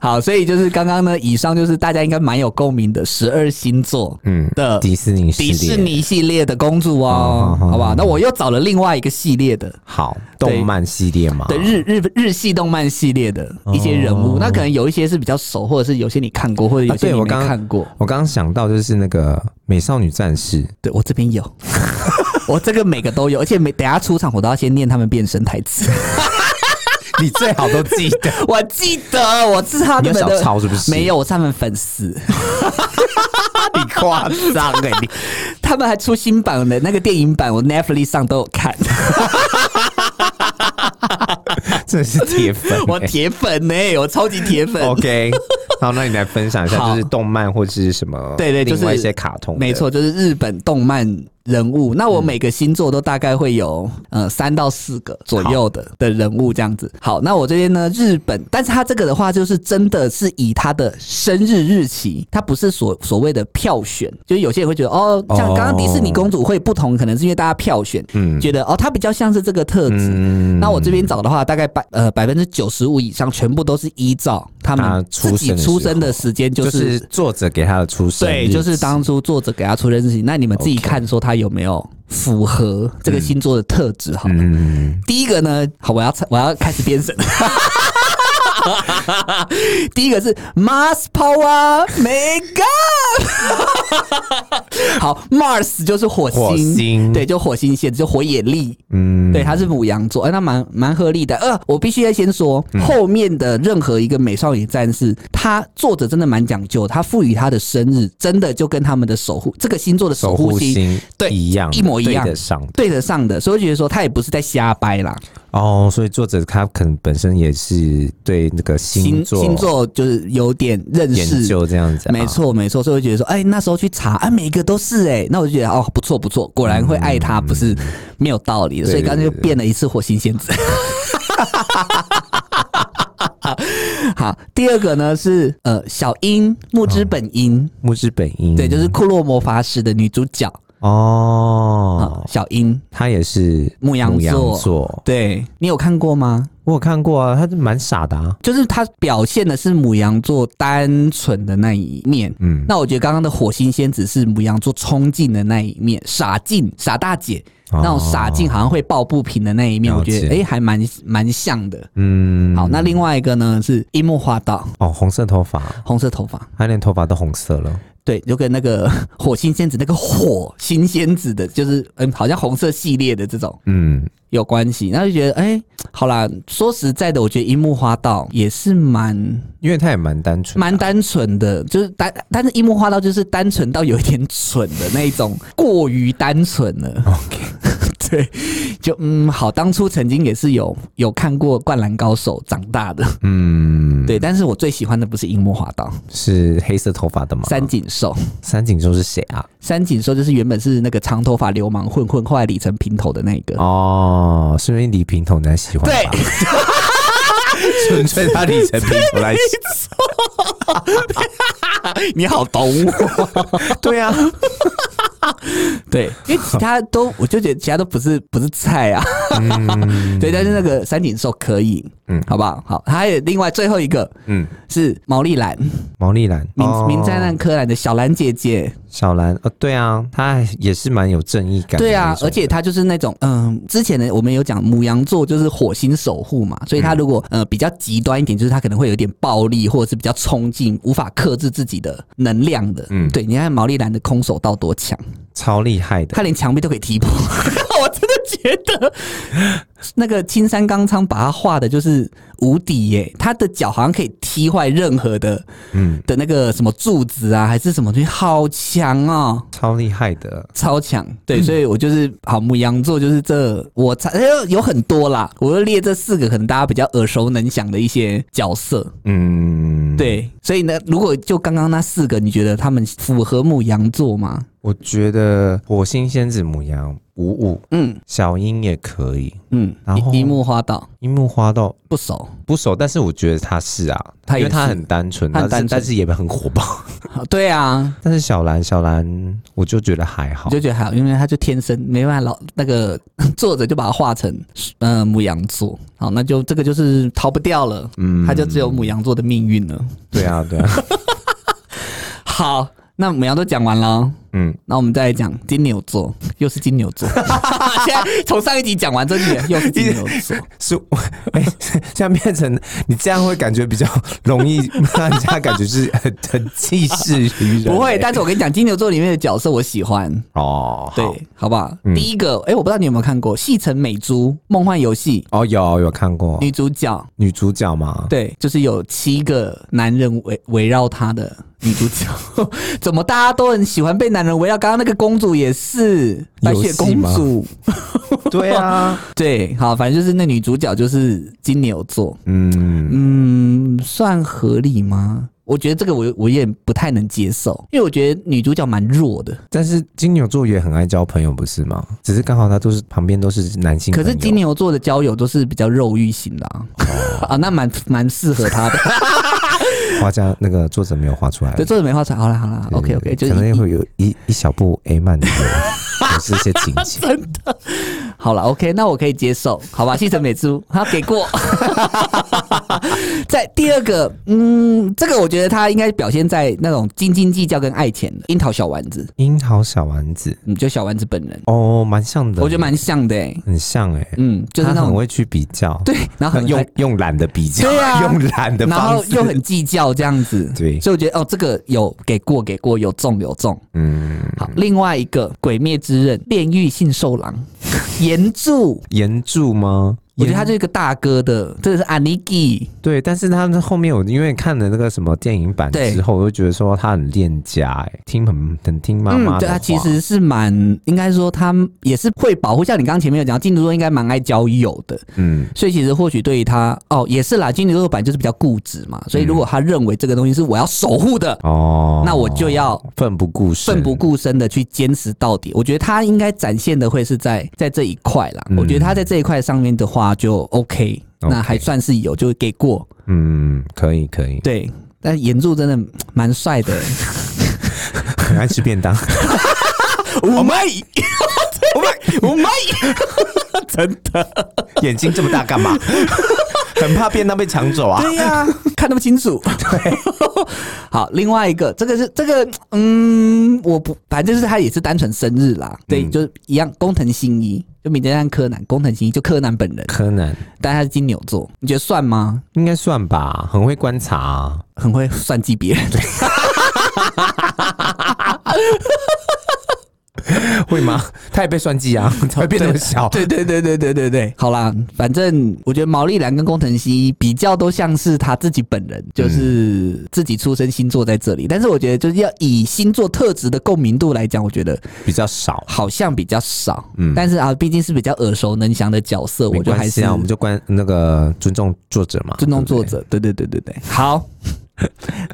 S1: 好，所以就是刚刚呢，以上就是大家应该蛮有共鸣的十二星座
S2: 嗯，
S1: 的
S2: 迪士尼系
S1: 迪
S2: 列
S1: 士尼系列的公主哦，
S2: 嗯嗯嗯
S1: 好不好？那我又找了另外一个系列的。
S2: 好动漫系列嘛，啊
S1: 的日日日系动漫系列的一些人物，
S2: 哦
S1: 那可能有一些是比较熟，或者是有些你看过，或者有
S2: 啊
S1: 些
S2: 对
S1: 你
S2: 我
S1: 没
S2: 刚
S1: 看过。
S2: 我刚刚想到就是那个《美少女战士》，
S1: 对我这边有， <laughs> 我这个每个都有，而且每等一下出场我都要先念他们变身台
S2: <laughs>
S1: 词。
S2: 你最好都记得。
S1: 我记得我是 <laughs> 他
S2: 你
S1: 们
S2: 有小
S1: 的，
S2: 抄是不是？
S1: 没，有，我是他们粉丝， <laughs>
S2: 你夸张哎！你
S1: 他们还出新版的那个电影版，我 Netflix 上都有
S2: <laughs>
S1: 看，
S2: <laughs> 真的是铁粉、欸
S1: 我铁粉呢、我超级铁粉。 <laughs>
S2: OK，好，那你来分享一下，
S1: 好
S2: 就是动漫或者是什么？
S1: 对对就是
S2: 另外一些卡通。嗯
S1: 没错，，就是日本动漫人物。那我每个星座都大概会有呃三到四个左右的的人物这样子。好，那我这边呢，日本，但是它这个的话，就是真的是以他的生日日期，它不是所所谓的票选，就是有些人会觉得哦，像刚刚迪士尼公主会不同，可能是因为大家票选，
S2: 嗯
S1: 觉得哦，它比较像是这个特质。
S2: 嗯
S1: 那我这边找的话，大概百呃百分之九十五以上，全部都是依照他
S2: 他
S1: 们
S2: 出
S1: 自己
S2: 生的
S1: 出
S2: 时
S1: 生的时间，
S2: 就
S1: 就是
S2: 是作者给他的出生日
S1: 对，
S2: 期，
S1: 就是当初作者给他出的事情，那你们自己
S2: OK
S1: 看说他有没有符合这个星座的特质好了。
S2: 嗯，
S1: 第一个呢，好，我要猜我要开始编审。 <laughs> 第一个是 Mars Power Mega，好，Mars 就是火星，
S2: 火星
S1: 对，就火星蝎子，就火眼力，
S2: 嗯
S1: 对，他是母羊座，哎、那蛮蛮合理的。呃，我必须要先说，
S2: 嗯
S1: 后面的任何一个美少女战士，他作者真的蛮讲究，他赋予他的生日，真的就跟他们的守护这个星座的守
S2: 守
S1: 护
S2: 护
S1: 星。
S2: 星
S1: 对
S2: 一样
S1: 一模一样
S2: 对得上的
S1: 对得上的，所以我觉得说他也不是在瞎掰啦，
S2: 哦，所以作者他可能本身也是对那个
S1: 星
S2: 座
S1: 星座就是有点认
S2: 研
S1: 识，
S2: 究这样子，啊
S1: 没。错没错，所以我觉得说，哎、那时候去查，啊，每一个都是哎、那我就觉得哦，不错不错，果然会爱他不是没有道理的，
S2: 嗯对
S1: 所以刚才就
S2: 对对
S1: 变了一次火星仙子。 <laughs> 好，第二个呢是呃小樱木之本樱，
S2: 木之本樱
S1: 对，就是库洛魔法使的女主角。啊
S2: 哦，，
S1: 小樱，
S2: 他也是
S1: 牧啊羊座
S2: 座
S1: 对你有看过吗？
S2: 我有看过啊，他是蛮傻的、啊，
S1: 就是它表现的是母羊座单纯的那一面。
S2: 嗯，
S1: 那我觉得刚刚的火星仙子是母羊座冲劲的那一面，傻劲、傻大姐
S2: 哦
S1: 那种傻劲，好像会抱不平的那一面，
S2: 了
S1: 我
S2: 解
S1: 觉得诶还蛮蛮像的。
S2: 嗯，
S1: 好，那另外一个呢是樱木花道，
S2: 哦，红色头发，
S1: 红色头发，
S2: 他连头发都红色了，
S1: 对，就跟那个火星仙子那个火星仙子的，就是嗯，好像红色系列的这种
S2: 嗯，
S1: 有关系。那就觉得哎、好啦，说实在的，我觉得樱木花道也是蛮
S2: 因为他也蛮单纯的，
S1: 蛮单纯的，就是单，但是樱木花道就是单纯到有一点蠢的那一种，过于单纯了。
S2: OK，
S1: <laughs> 对，就嗯，好，当初曾经也是有有看过《灌篮高手》长大的，
S2: 嗯，
S1: 对，但是我最喜欢的不是樱木花道，
S2: 是黑色头发的吗？
S1: 三井寿。
S2: 三井寿是谁啊？
S1: 三井寿就是原本是那个长头发流氓混混，后来理成平头的那个。
S2: 哦，是因为李平头男喜欢
S1: 呃对
S2: 吧， <laughs> 纯粹他李成平头来喜
S1: 你好懂我。 <laughs>
S2: 欢，对啊，
S1: 对，因为其他都，我就觉得其他都不是不是菜啊。对，但是那个三井寿可以，嗯
S2: 嗯，
S1: 好不好？好，还有另外最后一个
S2: 嗯，
S1: 是毛利兰，
S2: 毛利兰，
S1: 名
S2: 哦
S1: 名侦探柯南的小兰姐姐。
S2: 小兰，哦，对啊，他也是蛮有正义感的那种，
S1: 对啊，而且她就是那种，嗯，之前呢我们有讲母羊座就是火星守护嘛，所以她如果
S2: 嗯
S1: 呃比较极端一点，就是她可能会有点暴力，或者是比较冲劲，无法克制自己的能量的。嗯，
S2: 嗯
S1: 对，你看毛利兰的空手道多强。
S2: 超厉害的，
S1: 他连墙壁都可以踢破。 <laughs> 我真的觉得那个青山刚昌把他画的就是无敌耶、他的脚好像可以踢坏任何的，嗯
S2: 嗯，
S1: 的那个什么柱子啊，还是什么东西，好强哦。
S2: 超厉害的，
S1: 超强，对，所以我就是好母羊座，就是这我猜哎呦有很多啦，我就列这四个，可能大家比较耳熟能详的一些角色，
S2: 嗯，，
S1: 对，所以呢，如果就刚刚那四个，你觉得他们符合母羊座吗？
S2: 我觉得火星仙子母羊五五，
S1: 嗯
S2: 小樱也可以，
S1: 嗯
S2: 然，后
S1: 樱木花道
S2: 樱木花道
S1: 不熟，
S2: 不熟，但是我觉得他是啊，
S1: 他也
S2: 因为他
S1: 是
S2: 很单纯
S1: 他
S2: 啊
S1: 很，单
S2: 但
S1: 纯
S2: 但是也很火 <laughs> 爆。
S1: 好 <laughs> 对啊，
S2: 但是小兰，小兰，我就觉得还好
S1: 我就，觉得还好，因为他就天生没办法老那个 <laughs> 作者就把它画成呃母羊座，好，那就这个就是逃不掉了，
S2: 嗯
S1: 他就只有母羊座的命运了。
S2: 对 <laughs> 啊，对啊，
S1: 好，那母羊都讲完了哦，
S2: 嗯，
S1: 那我们再来讲金牛座，又是金牛座， <laughs> 现在从上一集讲完这里又是金牛
S2: <laughs>
S1: 座，
S2: 是，哎、这样变成你这样会感觉比较容 <laughs> 易让人家感觉是很很气势于人、
S1: 不会，
S2: 哎
S1: 但是我跟你讲，金牛座里面的角色我喜欢，
S2: 哦，好
S1: 对，好不好？
S2: 嗯
S1: 第一个，哎、我不知道你有没有看过《戏城美珠梦幻游戏》，
S2: 哦，有有看过
S1: 女主角
S2: 女主角嘛？
S1: 对，就是有七个男人围围绕她的女主角， <laughs> 怎么大家都很喜欢被男人围绕？刚刚那个公主也是白雪公主，
S2: 对 <laughs> 啊，
S1: 对，好，反正就是那女主角就是金牛座，
S2: 嗯，
S1: 嗯，算合理吗？我觉得这个我我也不太能接受，因为我觉得女主角蛮弱的。
S2: 但是金牛座也很爱交朋友，不是吗？只是刚好他都是旁边都是男性
S1: 可
S2: 朋友，
S1: 是金牛座的交友都是比较肉欲型的啊，
S2: 哦
S1: <laughs> 啊那蛮蛮适合她
S2: <laughs>
S1: 的。
S2: 画家那个作者没有画出来，
S1: 对，这个没话说，好了好了，OK OK，就是
S2: 嗯可能
S1: 一
S2: 会有一一小部 A 漫的，
S1: <laughs>
S2: 就是一些情节。
S1: 好了，OK，那我可以接受，好
S2: <laughs>
S1: 吧？西城美珠，他给过。 <laughs> 在第二个，嗯，这个我觉得他应该表现在那种斤斤计较跟爱钱的樱桃小丸子，
S2: 樱桃小丸子
S1: 嗯，就小丸子本人，
S2: 哦，蛮像的，
S1: 我觉得蛮像的、欸，
S2: 很像哎、
S1: 嗯，就是
S2: 他
S1: 那
S2: 很
S1: 种
S2: 会去比较，
S1: 对，然后很
S2: 用用懒的比较，
S1: 对啊
S2: 用懒的
S1: 然
S2: 方
S1: 后
S2: 式，
S1: 又很计较这样子，
S2: <laughs> 对
S1: 所以我觉得哦，这个有给过，给过，有中有中。
S2: 嗯，
S1: 好，另外一个《鬼灭之刃》炼狱信受郎，岩柱，
S2: 岩柱吗？
S1: 我觉得他
S2: 岩
S1: 就是一个大哥的，这个是 Aniki。
S2: 对，但是他们后面我因为看了那个什么电影版
S1: 对
S2: 之后，我就觉得说他很恋家、哎，听很很听妈妈的话、
S1: 嗯，对他其实是蛮，应该说他也是会保护，像你刚刚前面有讲，金牛座应该蛮爱交友的，
S2: 嗯
S1: 所以其实或许对于他，哦，也是啦，金牛座本来就是比较固执嘛，所以如果他认为这个东西是我要守护的，
S2: 嗯哦，
S1: 那我就要
S2: 奋不顾身，
S1: 奋不顾身的去坚持到底。我觉得他应该展现的会是在在这一块啦，
S2: 嗯
S1: 我觉得他在这一块上面的话就 OK，那还算是有，就给过，
S2: 嗯，可以可以，
S1: 对。
S2: <laughs>
S1: 但岩柱真的蛮帅的、 <laughs>
S2: 很爱吃便当，
S1: 我卖，我卖，我
S2: <laughs>
S1: 卖，真的，
S2: 眼睛这么大干嘛？ <laughs> 很怕便当被抢走啊！
S1: 对呀、 <laughs> 看那么清楚。对，好，另外一个，这个是这个，嗯，我不，反正就是他也是单纯生日啦，对，就是一样，工藤新一，就名侦探柯南，工藤新一就柯南本人，
S2: 柯南
S1: 但他是金牛座，你觉得算吗？
S2: 应该算吧，很会观察、啊。
S1: 很会算计别人，
S2: 会吗？他也被算计啊， <laughs> 才会变那么
S1: <laughs>
S2: 小。
S1: 对对对对对对对，好啦，反正我觉得毛利兰跟工藤新一比较都像是他自己本人，就是自己出生星座在这里。但是我觉得就是要以星座特质的共鸣度来讲，我觉得
S2: 比较少，
S1: 好像比较少。嗯，但是啊，毕竟是比较耳熟能详的角色，
S2: 没
S1: 我就
S2: 关
S1: 还
S2: 系
S1: 是
S2: 啊，我们就关那个尊重作者嘛，
S1: 尊重
S2: 对
S1: 作
S2: 不对。
S1: 者。对对对对对，好。 <laughs>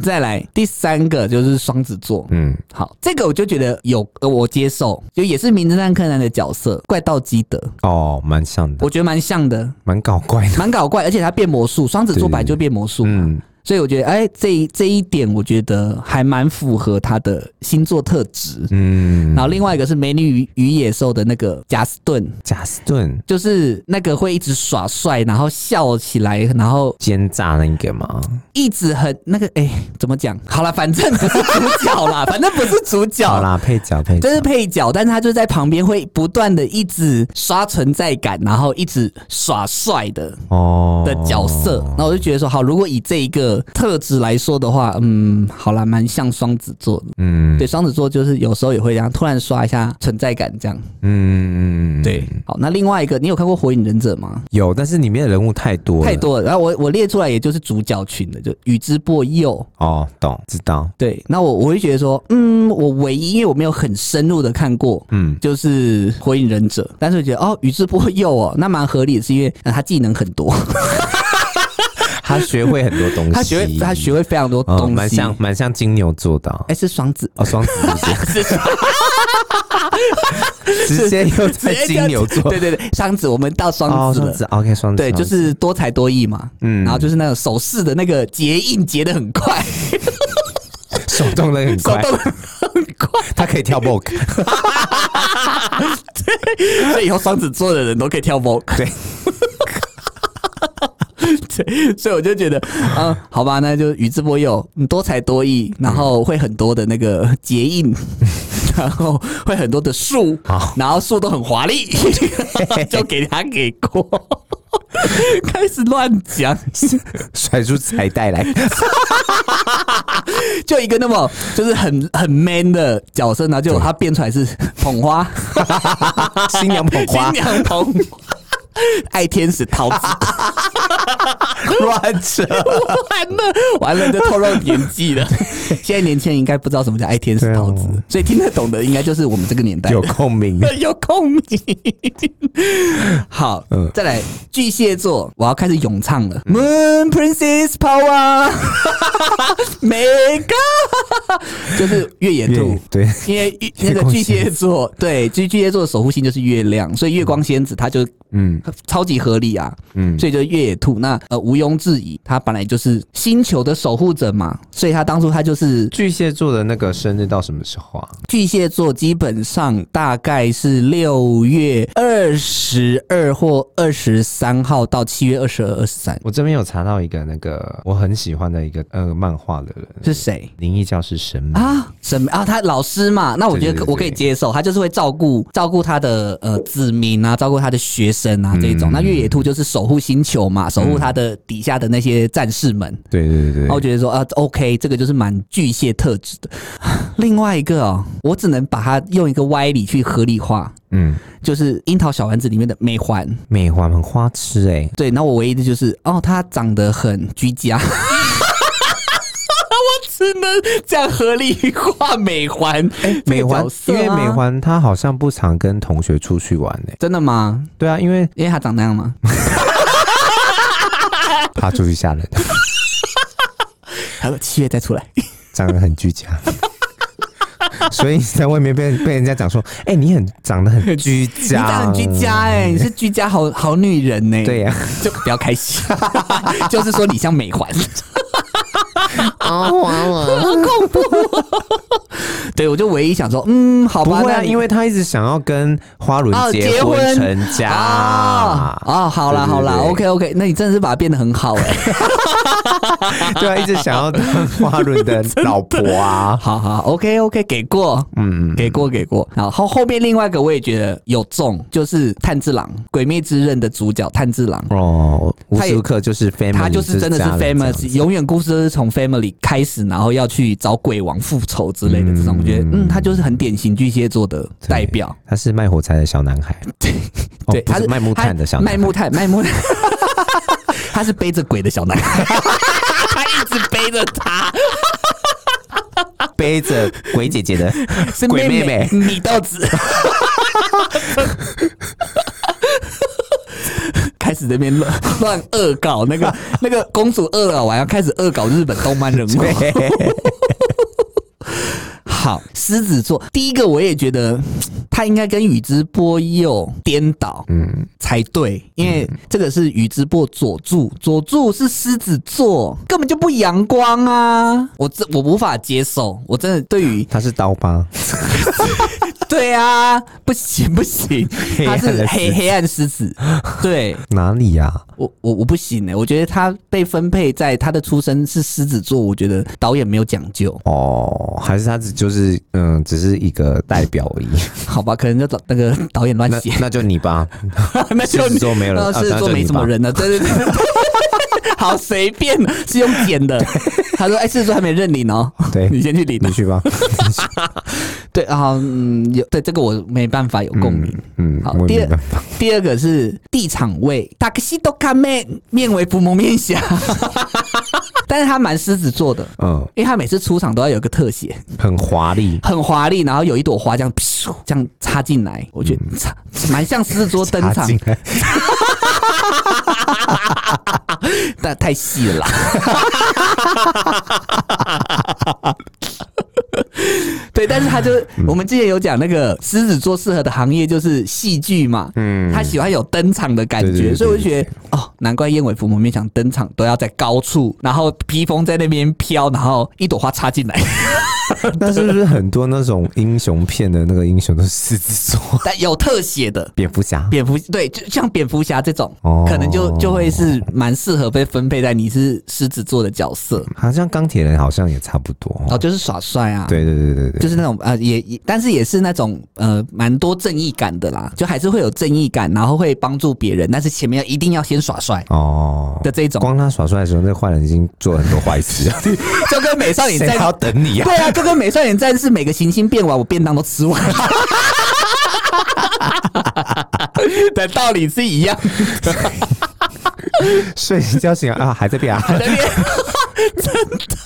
S1: 再来第三个就是双子座，
S2: 嗯，
S1: 好，这个我就觉得有呃我接受，就也是名侦探柯南的角色怪盗基德，
S2: 哦，蛮像的
S1: 我，觉得蛮像的，
S2: 蛮搞怪的。
S1: 蛮搞怪，而且他变魔术，双子座
S2: <laughs> 对
S1: 本来就变魔术，
S2: 嗯，
S1: 所以我觉得，哎、这一这一点我觉得还蛮符合他的星座特质。
S2: 嗯
S1: 然，后另外一个是《美女与与野兽》的那个贾斯顿，
S2: 贾斯顿
S1: 就是那个会一直耍帅，然后笑起来，然后
S2: 奸诈那个嘛，
S1: 一直很那个，哎、怎么讲？好了，反正不是主角啦，反正不是主角
S2: <laughs> 好啦，配角配角
S1: 这，是配角，但是他就在旁边会不断的一直刷存在感，然后一直耍帅的
S2: 哦
S1: 的角色。那、我就觉得说，好，如果以这一个特质来说的话，嗯，好啦，蛮像双子座的。
S2: 嗯
S1: 对，双子座就是有时候也会这样，突然刷一下存在感，这样。
S2: 嗯嗯嗯，
S1: 对，好，那另外一个，你有看过《火影忍者》吗？
S2: 有，但是里面的人物太多了
S1: 太多了。然后我我列出来，也就是主角群的，就宇智波鼬。
S2: 哦，懂知
S1: <laughs>
S2: 道，
S1: 对，那我我会觉得说，嗯，我唯一因为我没有很深入的看过，
S2: 嗯，
S1: 就是《火影忍者》，但是我觉得哦，宇智波鼬哦，那蛮合理的，是因为、呃他技能很
S2: <laughs>
S1: 多，
S2: 他学会很多东西，
S1: 他学会他学会非常多
S2: 哦，
S1: 东
S2: 蛮
S1: 西。
S2: 像蛮像金牛座的啊
S1: 哎、是双子，
S2: 哦，双
S1: <laughs>
S2: 子 <laughs> 是不 <laughs> 是直接又在金牛座，
S1: 对对对，双子，我们到双
S2: 哦，
S1: 子了。
S2: 双子，OK，双子，
S1: 对，就
S2: 双子
S1: 是多才多艺嘛，嗯，
S2: 嗯
S1: 然后就是那种手势的那个结印结的很快，
S2: 手动的很
S1: 手
S2: <laughs> 快，
S1: 动得 <laughs> 很快，
S2: 他可以跳 b o k
S1: <laughs> 所以以后双子座的人都可以跳 v o
S2: 对。
S1: <laughs> 对，所以我就觉得，嗯，好吧，那就宇智波鼬，你多才多艺，然后会很多的那个结印，
S2: <laughs>
S1: 然后会很多的树
S2: 好，
S1: 然后树都很华
S2: <laughs>
S1: 丽，就给他给过。 <laughs> 开始乱讲，
S2: 甩出彩带来，
S1: 就一个那么就是很很 man 的角色呢，结果他变出来是捧花，
S2: 新娘
S1: <laughs>
S2: 捧花
S1: 新，娘捧花，爱天使桃 <laughs> 子，
S2: 乱扯。
S1: 完了，完了，就透露年纪了。 <laughs> 现在年轻人应该不知道什么叫爱天使桃子，
S2: 对
S1: 所以听得懂的应该就是我们这个年代
S2: 有共鸣，
S1: <laughs> 有共鸣。好，再来巨蟹座，我要开始咏唱了。Moon Princess Power，每个 <laughs> 就是越野兔
S2: 对。对，
S1: 因为月那个巨蟹座，对，巨巨蟹座的守护星就是月亮，所以月光仙子她就
S2: 嗯
S1: 超级合理啊，
S2: 嗯
S1: 所以就是越野兔。那呃，毋庸置疑，他本来就是星球的守护者嘛，所以他当初他就是
S2: 巨蟹座的那个生日到什么时候啊？
S1: 巨蟹座，基本上大概是六月二十二或二十三号到七月二十二、二十三。
S2: 我这边有查到一个那个我很喜欢的一个呃漫画的人，
S1: 是谁
S2: 灵异教师神明，
S1: 啊？什么啊？他老师嘛，那我觉得
S2: 对
S1: 可
S2: 对对
S1: 我可以接受，他就是会照顾照顾他的呃子民啊，照顾他的学生啊这一种。
S2: 嗯
S1: 那越野兔就是守护星球嘛，守护他的底下的那些战士们。
S2: 对对对
S1: 然后我
S2: 对，
S1: 觉得说啊，OK，这个就是蛮巨蟹特质的。 <laughs> 另外一个哦，我只能把它用一个歪理去合理化，
S2: 嗯，
S1: 就是《樱桃小丸子》里面的美环。
S2: 美环很花痴哎、
S1: 对，然后我唯一的就是，哦，他长得很居家。 <laughs> 我只能这样合理化美环，
S2: 哎美
S1: 这个
S2: 环
S1: 角，色
S2: 因
S1: 啊
S2: 为美环她好像不常跟同学出去玩哎、
S1: 真的吗？
S2: 对啊，因为
S1: 因为他长那样吗？
S2: 怕出去吓人， <laughs>
S1: 还有七月再出来，
S2: 长得很居家。 <laughs> 所以在外面被被人家讲说，哎、你很长得很居
S1: 你长
S2: 家，
S1: 得很居家哎、你是居家好好女人呢、
S2: 对、呀、
S1: <laughs>
S2: 啊
S1: 就不要开心， <laughs> 就是说你像美环，哦
S3: 啊，完了，
S1: 恐怖。对，我就唯一想说，嗯，好
S2: 不
S1: 吧，
S2: 会
S1: 那
S2: 啊，
S1: 你
S2: 因为他一直想要跟花轮
S1: 哦结
S2: 婚
S1: 婚
S2: 成家
S1: 啊啊，好啦
S2: 对对
S1: 好啦
S2: 对
S1: ，OK OK，那你真的是把它变得很好哎、
S2: <laughs> 对啊，一直想要当花轮的老婆
S1: <laughs>
S2: 啊。
S1: 好好，OK OK，给过，
S2: 嗯，
S1: 给过给过。然后后面另外一个我也觉得有中，就是炭治郎，《鬼灭之刃》的主角炭治郎。
S2: 哦，无
S1: 他也
S2: 时无刻就是 family，
S1: 他就是真的是
S2: 家人这样
S1: famous，永远故事都是从 family 开始，然后要去找鬼王复仇之类的这种，
S2: 嗯
S1: 我觉得嗯，他就是很典型巨蟹座的代表。
S2: 他是卖火柴的小男孩，哦
S1: 对，
S2: 不
S1: 他
S2: 是卖木炭的小
S1: 卖
S2: 男孩。
S1: 木炭，卖木炭， <laughs> 他是背着鬼的小男孩， <laughs> 他一直背着他，
S2: <laughs> 背着鬼
S1: <laughs>
S2: 姐姐的
S1: 是
S2: 鬼妹
S1: 妹
S2: 妹，
S1: 米豆子。 <laughs> 开始这边乱 <laughs> 乱恶搞那个 <laughs> 那个公主恶搞完，要开始恶搞日本动漫人物。好，狮子座第一个我也觉得他应该跟宇智波鼬颠倒，嗯，才对，因为这个是宇智波佐助，佐助是狮子座，根本就不阳光啊！我这我无法接受，我真的对于
S2: <laughs> 他是刀疤，
S1: <laughs> 对啊，不行 <laughs> 不行，
S2: 黑
S1: 他
S2: 暗的
S1: 是
S2: 狮
S1: 黑
S2: 子
S1: 黑暗狮子，对
S2: 哪里呀？
S1: 我我我不行哎、我觉得他被分配在他的出生是狮子座，我觉得导演没有讲究。
S2: 哦，还是他只就是嗯，只是一个代表而已。
S1: 好吧，可能就导那
S2: <laughs>
S1: 个导演乱
S2: 那
S1: 写，
S2: 那就你
S1: <laughs>
S2: 吧，
S1: 那就
S2: 狮子座没有人
S1: 呃
S2: 啊
S1: 狮子座没什么人呢，对对对。 <laughs> 好随便，是用剪的。他说：“哎、狮子座还没认领哦，
S2: 对
S1: 你先去领、
S2: 你去吧。
S1: 对啊，嗯，有对这个我没办法有共鸣。
S2: 嗯，
S1: 好
S2: 我，
S1: 第
S2: 也没
S1: 二
S2: 办法。
S1: 第二个是地场位，塔克西多卡面面为不蒙面侠， <laughs> 但是他蛮狮子座的，
S2: 嗯，
S1: 因为他每次出场都要有一个特写，
S2: 很华丽，
S1: 很华丽，然后有一朵花这样咻这样插进来，我觉得插蛮像狮子座登
S2: 插
S1: 场
S2: 进，来， <laughs>
S1: 但太细了啦。 <laughs> 对，但是他就、
S2: 嗯
S1: 我们之前有讲那个狮子座适合的行业就是戏剧嘛，嗯，他喜欢有登场的感觉，
S2: 对对对
S1: 所以我就觉得哦，难怪燕尾服蒙面想登场都要在高处，然后披风在那边飘，然后一朵花插进
S2: <laughs>
S1: 来，
S2: 那是不是很多那种英雄片的那个英雄都是狮子座？
S1: 但有特写的。
S2: 蝙蝠侠，
S1: 蝙蝠对，就像蝙蝠侠这种，
S2: 哦
S1: 可能就就会是蛮适合被分配在你是狮子座的角色，
S2: 好像钢铁人好像也差不多哦。
S1: 哦，就是耍帅啊，
S2: 对对对对对，
S1: 就是那种呃，也也，但是也是那种呃，蛮多正义感的啦，就还是会有正义感，然后会帮助别人，但是前面要一定要先耍帅
S2: 哦，
S1: 的这一种，
S2: 光他耍帅的时候，那个坏人已经做了很多坏 <laughs> 事了。
S1: 就跟美少女
S2: 谁
S1: 战
S2: 还要等你啊？
S1: 对啊，就跟美少女战士每个行星变完，我便当都吃完 <laughs> 了。的道理是一样
S2: 睡一觉醒来啊，还在变啊？ <laughs>
S1: 的，真的。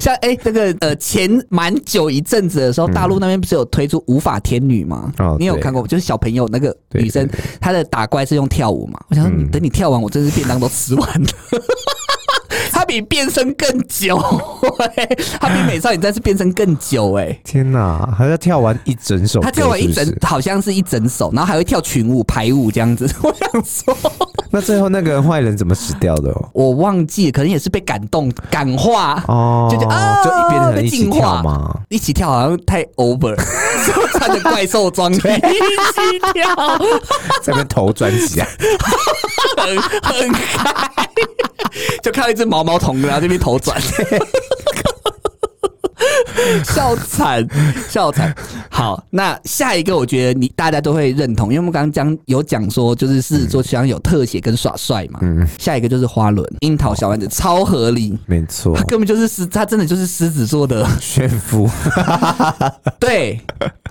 S1: 像哎、那个呃，前蛮久一阵子的时候，大陆那边不是有推出无法天女吗？
S2: 哦
S1: 你有
S2: 对
S1: 看过？就是小朋友那个
S2: 对
S1: 女生
S2: 对，嗯
S1: 她的打怪是用跳舞嘛？我想说，你等你跳完，我真是便当都吃完了。 <laughs> 她比变身更久、欸，她比美少女战士变身更久哎、
S2: 天哪，还要跳完一整首歌，
S1: 他跳完一整，
S2: 是不是
S1: 好像是一整首，然后还会跳群舞、排舞这样子。 <laughs> 我想说，
S2: 那最后那个坏人怎么死掉的哦？
S1: 我忘记了，可能也是被感动、感化，
S2: 哦，
S1: 就觉得啊，
S2: 就一变成一
S1: 被
S2: 起
S1: 进
S2: 跳
S1: 化
S2: 嘛。？
S1: 一起跳好像太 over，就 <laughs> 穿着怪兽装一起跳，
S2: 在那边头转起来，
S1: 很很开， <laughs> 就看到一只毛毛虫，然后这边头转。 <laughs> 笑惨，笑惨。好，那下一个，我觉得你大家都会认同，因为我们刚刚讲有讲说，就是狮子座喜欢有特写跟耍帅嘛。嗯，下一个就是花轮，樱桃小丸子超合理，
S2: <laughs> 没错
S1: 他，根本就是狮，他真的就是狮子座的，
S2: 炫夫。
S1: 对，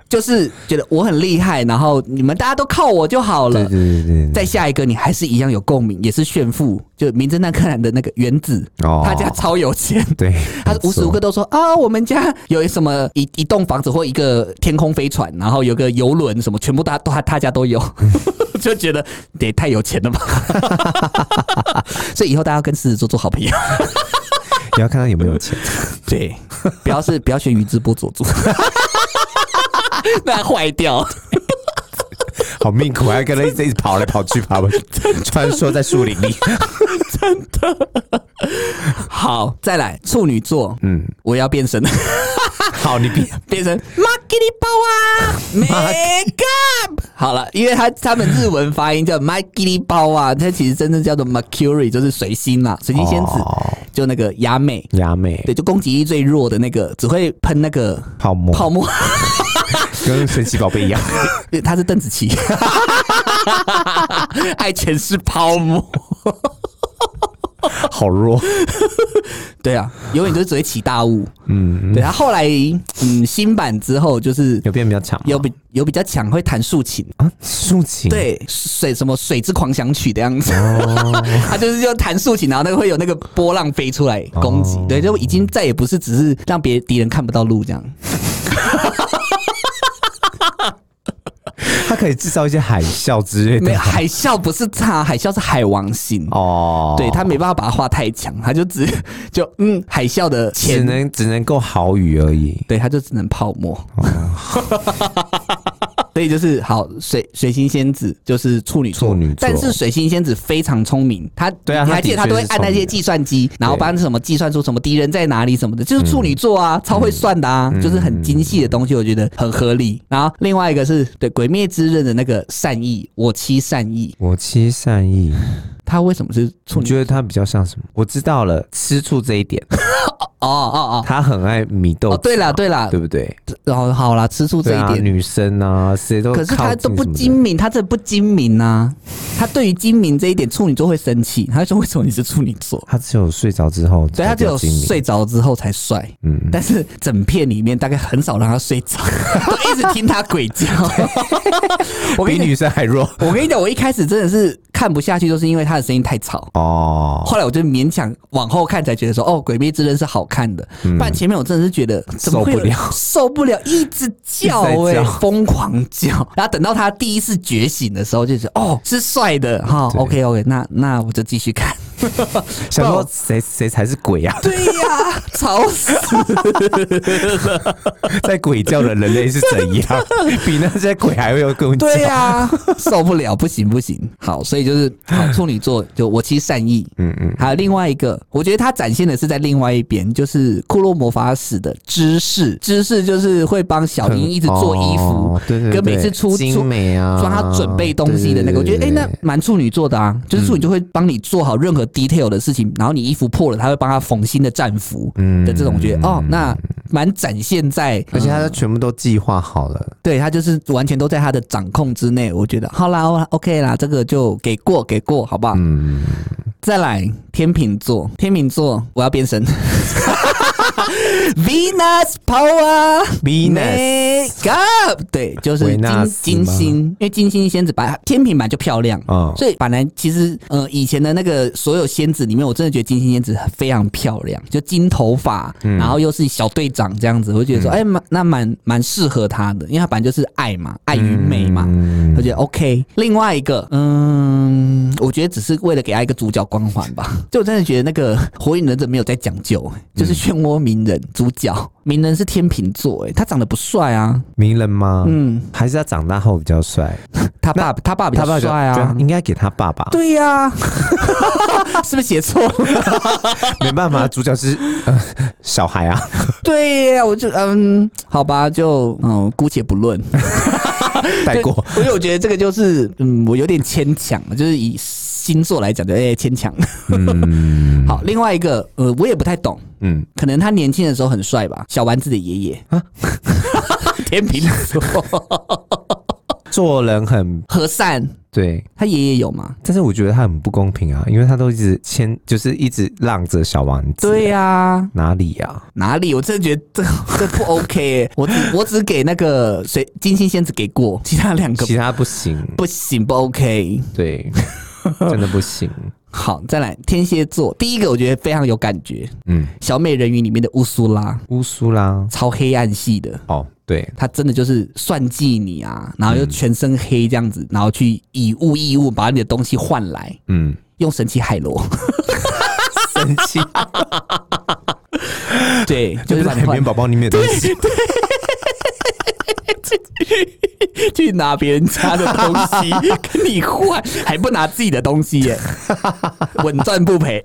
S1: 就是觉得我很厉害，然后你们大家都靠我就好
S2: 对
S1: 了。
S2: 对对对，
S1: 再下一个，你还是一样有共鸣，也是炫富，就《名侦探柯南》的那个原子，
S2: 哦
S1: 他家超有钱，
S2: 对，
S1: 他无时无刻都说啊，我们家有什么一一栋房子或一个天空飞船，然后有个游轮什么，全部他都他他家都 <laughs> 有，就觉得得太有钱了吧。所以以后大家要跟狮子座做好朋友，
S2: 你要看他有没有 <laughs> 钱。
S1: 对，不要是不要选宇智波佐助， <laughs> 那坏掉。
S2: 好命苦，还跟他一直一直跑来 <laughs> 跑去，跑来跑去，穿梭在树林里。
S1: 好，再来处女座，
S2: 嗯，
S1: 我要变身了， <laughs>
S2: 好，你别
S1: 变成 Maggie 包啊，Make up。好了，因为他他们日文发音叫 Maggie 包啊，它其实真正叫做 Mercury，就是水星啦，水晶仙子，
S2: 哦
S1: 就那个雅美。
S2: 雅美
S1: 对，就攻击力最弱的那个，只会喷那个
S2: 泡沫，
S1: 泡沫， <laughs>
S2: 跟神奇宝贝一 <laughs> 样，
S1: 他是邓紫棋， <laughs> 爱全是泡沫。
S2: 好弱。
S1: 对啊，永远都是只会起大雾。
S2: 嗯，
S1: 对，他后来嗯新版之后就是
S2: 有变比较强吗，
S1: 有比有比较强，会弹竖琴，
S2: 啊，竖琴，，
S1: 对水什么水之狂想曲的样子，
S2: 哦
S1: <laughs> 他就是就弹竖琴，然后那个会有那个波浪飞出来攻击，
S2: 哦
S1: 对，就已经再也不是只是让别敌人看不到路
S2: <laughs>
S1: 这样。
S2: 它可以制造一些海啸之类
S1: 没
S2: 的
S1: 有。海啸不是差，海啸是海王星。
S2: 哦，
S1: 对他没办法把它画太强，他就只 <laughs> 就嗯海啸的
S2: 只
S1: 前，
S2: 能只能够好雨而已。
S1: 对他就只能泡沫。
S2: 哦
S1: <laughs> 所以就是好水水星仙子就是处女座，
S2: 处女座
S1: 但是水星仙子非常聪明，她
S2: 对啊
S1: 你还
S2: 她的
S1: 记得她都会
S2: 确是
S1: 按那
S2: 聪
S1: 些
S2: 明
S1: 计算机，然后
S2: 对嗯
S1: 帮什么计算出什么敌人在哪里什么的，就是处女座啊，超会算的啊，就是很精细的东西，我觉得很合理。然后另外一个是对《鬼灭之刃》的那个善意，我妻善意，
S2: 我妻善意，
S1: 她为什么是处
S2: 我
S1: 女？
S2: 觉得它比较像什么？我知道了，吃醋这一点，
S1: 哦哦
S2: 他很爱米豆
S1: 哦哦，
S2: 子嘛，
S1: 对啦对啦，
S2: 对不对？
S1: 然后好啦，吃醋这
S2: 对
S1: 一
S2: 啊，
S1: 点。
S2: 女生啊，谁都
S1: 可是
S2: 靠
S1: 他
S2: 近
S1: 都不
S2: 什么的
S1: 精明，他这不精明呐、他对于精明这一点，处女座会生气。他就说：“为什么你是处女座
S2: 他只有睡着之后？”，
S1: 对他只有，睡着之后才帅，
S2: 嗯，
S1: 但是整片里面大概很少让他睡着，都一直听他鬼
S2: <laughs>
S1: 叫。 <laughs> 我跟
S2: 比
S1: 你讲
S2: 女生还弱
S1: 我跟你讲，我一开始真的是看不下去，就是因为他的声音太吵。
S2: 哦。
S1: 后来我就勉强往后看，才觉得说，哦，《鬼灭之刃》是好看的。不然前面我真的是觉得怎么会有
S2: 嗯受不了
S1: 受不了，一直叫
S2: <laughs> 一直在
S1: 哎、
S2: 叫
S1: 疯狂叫。然后等到他第一次觉醒的时候，就觉得哦，是帅的哈。
S2: 对
S1: OK OK，那那我就继续看。
S2: 想说谁谁才是鬼啊？ <laughs>
S1: 对呀、 <laughs> 吵死！
S2: 在鬼叫的人类是怎
S1: <laughs>
S2: 样？比那些鬼还会有更
S1: 对
S2: 叫
S1: 呀、 <laughs> 受不了，不行不行。好，所以就是
S2: <sighs>
S1: 好处女座，就我其实善意。
S2: 嗯嗯，
S1: 还有另外一个，我觉得他展现的是在另外一边，就是库洛魔法使的知识，知识就是会帮小樱一直做衣服，
S2: 哦对对对，
S1: 跟每次出
S2: 精美啊，
S1: 帮他准备东西的那个，我觉得哎、
S2: 对
S1: 诶
S2: 对啊对
S1: 那蛮处女座的啊，就是处女就会帮你做好任何 detail 的事情，然后你衣服破了，他会帮他缝新的战服
S2: 嗯
S1: 的这种，我觉得哦，那蛮展现在，
S2: 而且他
S1: 嗯
S2: 都全部都计划好了。
S1: 对他就是完全都在他的掌控之内，我觉得好啦好啦，OK 啦，这个就给过给过，好不好？
S2: 嗯，
S1: 再来天秤座，天秤座我要变身 <laughs> ，Venus Power。哎
S2: Venus
S1: Make up，对，就是
S2: 维纳
S1: 金
S2: 斯
S1: 金
S2: 吗
S1: 星，因为金星仙子把天平版就漂亮，
S2: 嗯
S1: 所以本来其实呃以前的那个所有仙子里面，我真的觉得金星仙子非常漂亮，就金头发，然后又是小队长这样子，我就觉得说，哎、蛮那蛮蛮适合她的，因为她本来就是爱嘛，爱与美嘛。
S2: 嗯
S1: 我觉得 OK，另外一个，嗯，我觉得只是为了给她一个主角光环吧。 <laughs> 就我真的觉得那个《火影忍者》没有在讲究，就是漩涡鸣人主角，鸣人是天秤座，哎，他长得不帅啊，
S2: 名人吗？
S1: 嗯，
S2: 还是他长大后比较帅，
S1: 他爸他爸比
S2: 他
S1: 较
S2: 爸就
S1: 帅
S2: 就
S1: 啊
S2: 他，应该给他爸爸。
S1: <laughs> 对啊呀、是不是写错了？
S2: 没办法，主角是、呃、小
S1: <laughs>
S2: 孩啊，
S1: <laughs> 对呀、我就嗯，好吧，就嗯，姑且不论。
S2: 带过。
S1: <laughs> 因为我觉得这个就是嗯，我有点牵强，就是以星座来讲的，哎、牵强。<laughs>
S2: 嗯
S1: 好，另外一个呃，我也不太懂，
S2: 嗯，
S1: 可能他年轻的时候很帅吧，小丸子的爷爷啊， <laughs> 天秤座
S2: 做人很
S1: 和善，
S2: 对，
S1: 他爷爷有吗？
S2: 但是我觉得他很不公平啊，因为他都一直牵，就是一直让着小丸子。
S1: 对、呀、
S2: 哪里啊呀、
S1: 哪里？我真的觉得这这不 OK，、欸、我只我只给那个谁金星仙子给过，其他两个
S2: 其他不行，
S1: 不行，不 OK。 <laughs>
S2: 对，真的不行。
S1: 好，再来天蝎座，第一个我觉得非常有感觉，《 <laughs>
S2: 嗯，
S1: 小美人鱼》里面的乌苏拉，
S2: 乌苏拉，
S1: 超黑暗系的，
S2: 哦，对，
S1: 她真的就是算计你啊，然后又全身黑这样子，然后去以物易物把你的东西换来，
S2: 嗯，
S1: 用神奇海
S2: <laughs>
S1: 螺，
S2: 生气，
S1: 对，就
S2: <laughs> 就是是
S1: 把你
S2: 海
S1: 换
S2: 绵宝宝里面的东西。
S1: 去拿别人家的东
S2: <laughs>
S1: 西跟你换，
S2: <laughs>
S1: 还不拿自己的东西耶，稳赚不赔。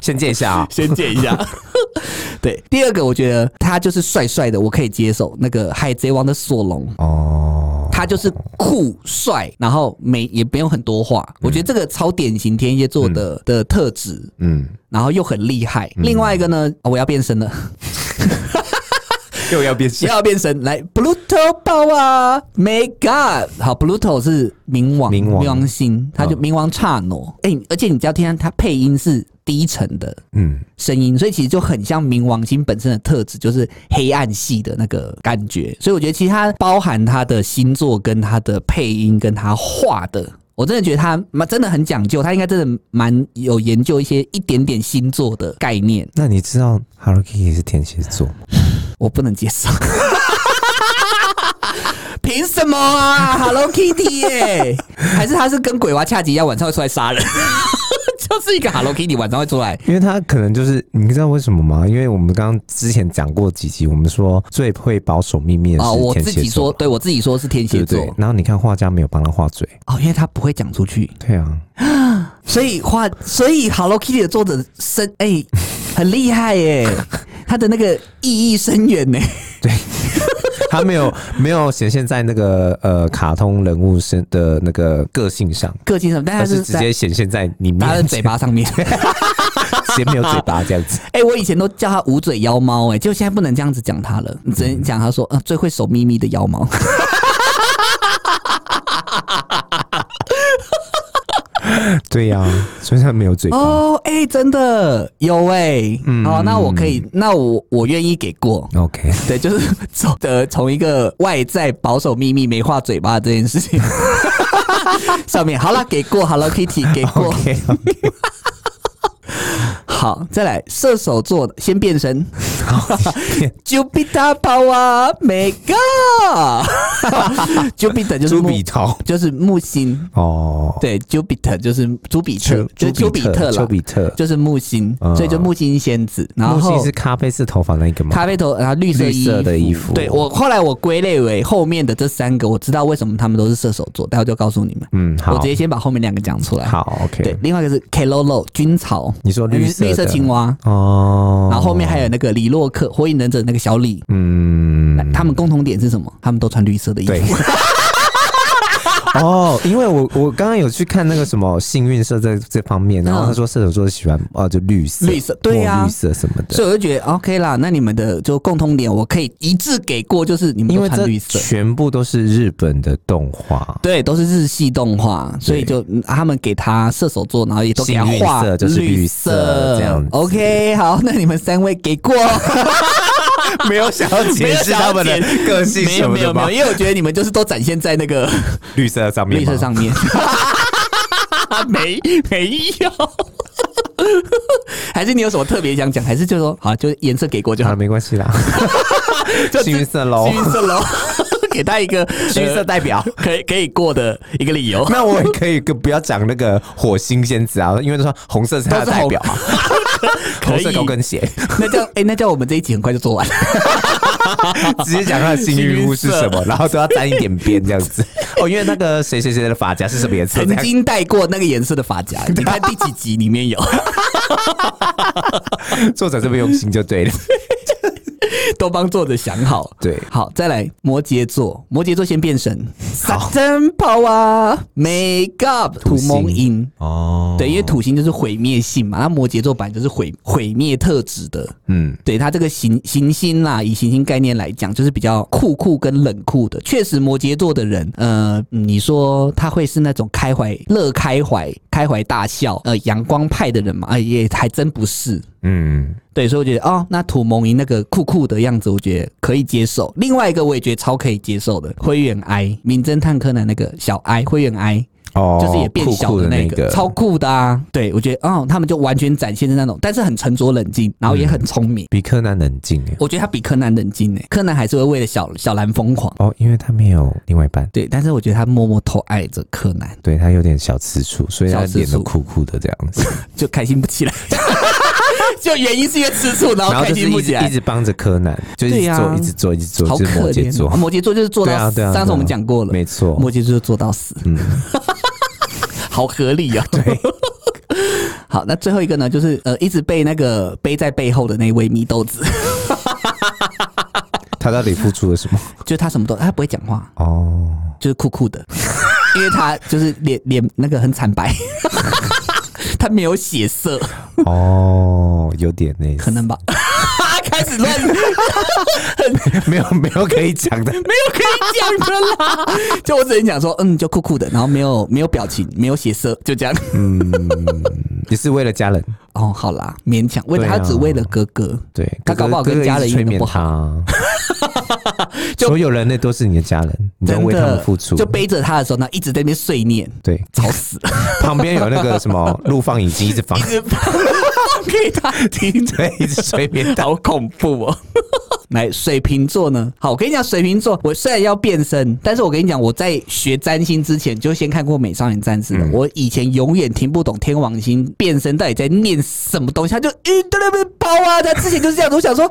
S2: 先借一下啊、
S1: 先见一下。对，第二个我觉得他就是帅帅的，我可以接受。那个《海贼王》的索隆，
S2: 哦，
S1: 他就是酷帅，然后没也不用很多话。我觉得这个超典型天蝎座的、的特质，
S2: 嗯，
S1: 然后又很厉害。另外一个呢，哦我要变身了， <laughs>
S2: 又要变身。
S1: 要变身，来 Pluto Power Make Up。好，Pluto 是冥王，
S2: 冥王嗯
S1: 星，他就冥王刹那。哎、而且你只要听他，他配音是低沉的。
S2: 嗯，
S1: 声音，所以其实就很像冥王星本身的特质，就是黑暗系的那个感觉。所以我觉得其实它包含它的星座、跟它的配音、跟它画的。我真的觉得他蛮真的很讲究，他应该真的蛮有研究一些一点点星座的概念，
S2: 那你知道 Haruki 是天蝎座吗？
S1: 我不能接受。 <laughs> 凭什么啊？Hello Kitty 耶、还是他是跟鬼娃恰吉一样晚上会出来杀人？ <laughs> 就是一个 Hello Kitty 晚上会出来，
S2: 因为他可能就是你知道为什么吗？因为我们刚刚之前讲过几集，我们说最会保守秘密的
S1: 哦，
S2: 是
S1: 我
S2: 天
S1: 自己
S2: 蝎
S1: 说，
S2: 座嘛，
S1: 对我自己说是天
S2: 对
S1: 蝎
S2: 不
S1: 座
S2: 对？然后你看画家没有帮他画嘴，
S1: 哦，因为他不会讲出去，
S2: 对 <laughs> 啊，
S1: 所以画，所以 Hello Kitty 的作者深哎、很厉害
S2: <laughs>
S1: 耶、他的那个意义深远呢、
S2: 他没有没有显现在那个呃卡通人物身的那个个性上，
S1: 个性上，但
S2: 而
S1: 他
S2: 是
S1: 是
S2: 直接
S1: 在
S2: 显现在你
S1: 他的
S2: 面
S1: 嘴
S2: 前，
S1: 巴上面。 <laughs>
S2: 直接没有嘴巴这样子。
S1: 哎、我以前都叫他捂嘴妖猫，哎，就现在不能这样子讲他了，你只能讲他说，呃，最会守秘密的妖猫。
S2: <laughs> 对呀、所以他没有嘴巴。
S1: 哦，哎、真的有哎、
S2: 嗯
S1: 好，那我可以，那我我愿意给过。
S2: OK，
S1: <laughs> 对，就是从呃从一个外在保守秘密没画嘴巴这件事情 <laughs> 上面，好了，给过 Hello Kitty
S2: <laughs>
S1: 给过 <laughs>
S2: OK，
S1: 好，再来射手座的先变身，Jupiter Power <laughs> Mega，Jupiter 就是
S2: 猪
S1: 木
S2: 笔头
S1: 就是木星，
S2: 哦，
S1: 对，Jupiter 就是朱比特
S2: 丘，
S1: 就是丘
S2: 丘
S1: 比
S2: 比
S1: 特
S2: 特，丘
S1: 啦，
S2: 比特，
S1: 就是木星，
S2: 嗯
S1: 所以就木星仙子，然
S2: 木
S1: 后
S2: 星是咖啡色头发那一个吗？
S1: 咖啡头，然后绿色
S2: 绿色的衣服
S1: 对我后来我归类为后面的这三个，我知道为什么他们都是射手座，待会就告诉你们。
S2: 嗯，好，
S1: 我直接先把后面两个讲出来。
S2: 好，OK。
S1: 对，另外一个是 Kelolo 军草，
S2: 你说绿色的
S1: 绿色青蛙，
S2: 哦，
S1: 然后后面还有那个李洛克火影忍者那个小李，
S2: 嗯
S1: 来，他们共同点是什么？他们都穿绿色的衣
S2: 对 <laughs>
S1: 服。
S2: 哦，因为我我刚刚有去看那个什么幸运色这这方面，然后他说射手座喜欢哦就绿色，
S1: 嗯绿色对呀
S2: 墨绿色什么的，
S1: 所以我就觉得 OK 啦，那你们的就共通点，我可以一致给过，就是你们
S2: 因
S1: 都
S2: 为
S1: 穿
S2: 这
S1: 绿色，
S2: 全部都是日本的动画。
S1: 对，都是日系动画，所以就嗯他们给他射手座，然后也都给他
S2: 幸运
S1: 画
S2: 色就是
S1: 绿
S2: 绿色
S1: 色
S2: 这样子
S1: OK，好，那你们三位给
S2: <laughs>
S1: 过，
S2: <laughs> 没有想要
S1: 没有想要剪没有没有没有，
S2: 有，
S1: 因为我觉得你们就是都展现在那个
S2: 绿色上面
S1: 绿
S2: 吗，
S1: 色上
S2: <laughs>
S1: 面。没没有， <laughs> 还是你有什么特别想讲？还是就说好，就颜色给过就
S2: 好
S1: 好
S2: 了，，没关系啦，
S1: <laughs> 就
S2: 幸运色喽
S1: 幸。运色喽， <laughs> 给他一
S2: <laughs>
S1: 个
S2: 幸哦运色
S1: 代表，可以可以过的一个理由。
S2: <laughs> 那我也可以跟不要讲那个火星仙子啊，因为说红色是他的
S1: 都是
S2: 代
S1: 红
S2: 表啊，
S1: <laughs> 可
S2: 红
S1: 以
S2: 色高跟鞋，
S1: <laughs> 那叫哎、那叫我们这一集很快就做完了。
S2: 直接讲他的幸运物是什
S1: <laughs>
S2: 么，然后都要沾一点边这样子。哦，因为那个谁谁谁的发夹是什么颜色？这
S1: 曾
S2: 样
S1: 经戴过那个颜色的发
S2: <laughs>
S1: 夹，你看第几集里面有？ <laughs>
S2: 作者这么用心就对
S1: <laughs>
S2: 了。
S1: 都帮作者想好。
S2: 对
S1: 好，再来摩羯座，摩羯座先变身，撒真跑啊，make up 土
S2: 星
S1: 蒙银。
S2: 哦，
S1: 对，因为土星就是毁灭性嘛，那摩羯座本来就是毁毁灭特质的。
S2: 嗯，
S1: 对它这个行行星啦，以行星概念来讲，就是比较酷酷跟冷酷的。确实，摩羯座的人，呃，你说他会是那种开怀、乐开怀、开怀大笑，呃，阳光派的人嘛？啊、也还真不是。
S2: 嗯，
S1: 对，所以我觉得哦，那土蒙银那个酷酷的样子，我觉得可以接受。另外一个我也觉得超可以接受的，灰原哀，名侦探柯南那个小哀，灰原哀，
S2: 哦
S1: 就是也变小
S2: 酷酷
S1: 的
S2: 的
S1: 那个，
S2: 个，
S1: 超酷的啊！对，我觉得哦，他们就完全展现的那种，但是很沉着冷静，然后也很聪明。
S2: 比柯南冷静耶。
S1: 我觉得他比柯南冷静呢、欸柯南还是会为了小小兰疯狂，
S2: 哦，因为他没有另外一半，
S1: 对，但是我觉得他默默偷爱着柯南，
S2: 对他有点小吃醋，所以他
S1: 小吃醋
S2: 脸都酷酷的这样子，
S1: 就开心不起
S2: <laughs>
S1: 来，就原因是因为吃醋， <laughs> 然
S2: 然
S1: 后
S2: 后
S1: 开
S2: 就是
S1: 心
S2: 一
S1: 不
S2: 直
S1: 起
S2: 一
S1: 来。
S2: 直帮着柯南，就一
S1: 对
S2: 直
S1: 呀
S2: 做，一直做，一直做，
S1: 好
S2: 就是
S1: 可
S2: 摩羯
S1: 怜、
S2: 座
S1: 啊，。摩羯座就是做
S2: 对
S1: 到
S2: 啊，
S1: 死。
S2: 对啊，
S1: 上次我们讲过了，
S2: 没错，
S1: <laughs> 摩羯座做到死，
S2: 嗯， <laughs>
S1: 好合理啊！对， <laughs> 好，那最后一个呢，就是呃，一直被那个背在背后的那位米豆子，
S2: <laughs>
S1: <laughs>
S2: 他到底付出了什么？ <laughs>
S1: 就是他什么都他不会讲话，
S2: 哦，
S1: 就是酷酷
S2: <laughs>
S1: 的，因为他就是脸脸那个很惨白， <laughs> 他没有血色，
S2: 哦，有点那
S1: 可能吧。 <laughs> 开始乱，没
S2: <laughs> 没有没有可以讲
S1: <laughs>
S2: 的，
S1: 有可以讲的啦。就我只能讲说，嗯，就酷酷的，然后没有没有表情，没有血色，就这样。
S2: 嗯也是为了家人。
S1: 哦，好啦，勉强为了、
S2: 对啊
S1: 他只为了哥哥，
S2: 对，
S1: 他搞不好
S2: 哥哥
S1: 跟家人
S2: 一直催
S1: 一点
S2: 眠
S1: 都不
S2: 他。
S1: <laughs>
S2: <laughs>
S1: 就
S2: 所有人类都是你的家人，你要
S1: 真
S2: 为他们
S1: 的
S2: 付出。
S1: 就背着他的时候呢，一直在那边碎
S2: <laughs>
S1: 念，
S2: 对，
S1: 吵死了，
S2: 旁边有那个什么录放影机，一直放
S1: 一，直放给他听，
S2: 对，一直催眠他。
S1: 好恐怖哦。 <laughs> 来，水瓶座呢？好，我跟你讲，水瓶座，我虽然要变身，但是我跟你讲，我在学占星之前就先看过《美少女战
S2: 嗯
S1: 士》了。我以前永远听不懂天王星变身到底在念什么东西，他就嗯，对对对，包啊，他之前就是这样子。我想说，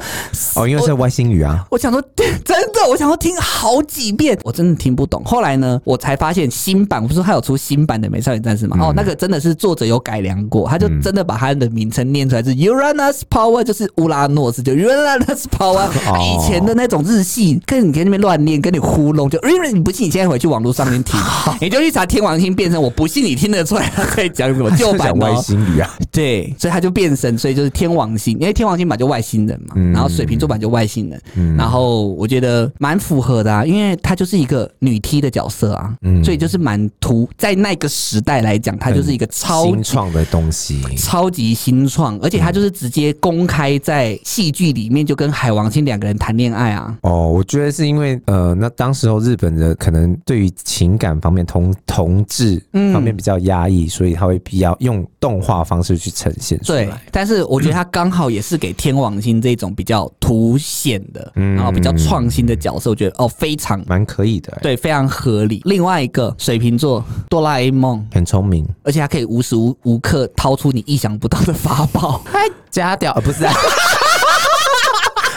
S2: 哦，因为是外星语啊。
S1: 我想说， <laughs> 真的，我想说听好几遍，我真的听不懂。后来呢，我才发现新版，我不是说他有出新版的《美少女战士》吗？哦，那个真的是作者有改良过，他就真的把他的名称念出来是 Uranus Power，就是乌拉诺斯，就 Uranus Power
S2: 哦。
S1: 以前的那种日系，跟你跟那边乱念，跟你糊弄，就因为你不信，你现在回去网络上面听，你就去查天王星变身，我不信你听得出来他在讲什么旧
S2: 就
S1: 版
S2: 讲
S1: 的
S2: 外
S1: 哦。
S2: 星语啊，
S1: 对，所以他就变身，所以就是天王星，因为天王星版就外星人嘛，
S2: 嗯
S1: 然后水瓶座版就外星人，然后我觉得蛮符合的啊，因为她就是一个女 T 的角色啊，
S2: 嗯
S1: 所以就是蛮突，在那个时代来讲，她就是一个超
S2: 新
S1: 级。
S2: 创的东西。
S1: 超级新创，而且她就是直接公开在戏剧里面就跟海王星两个人谈恋爱啊，
S2: 哦，我觉得是因为呃，那当时候日本的可能对于情感方面同同志方面比较压抑，所以他会必要用动画方式去呈现出
S1: 对
S2: 来。，
S1: 但是我觉得他刚好也是给天王星这种比较凸显的，
S2: 嗯
S1: 然后比较创新的角色，我觉得哦非常
S2: 蛮可以的、欸，，
S1: 对，非常合理。另外一个水瓶座哆啦 A 梦，
S2: 很聪明。
S1: 而且它可以无时无无刻掏出你意想不到的法宝。
S2: 加掉，呃、不是、啊。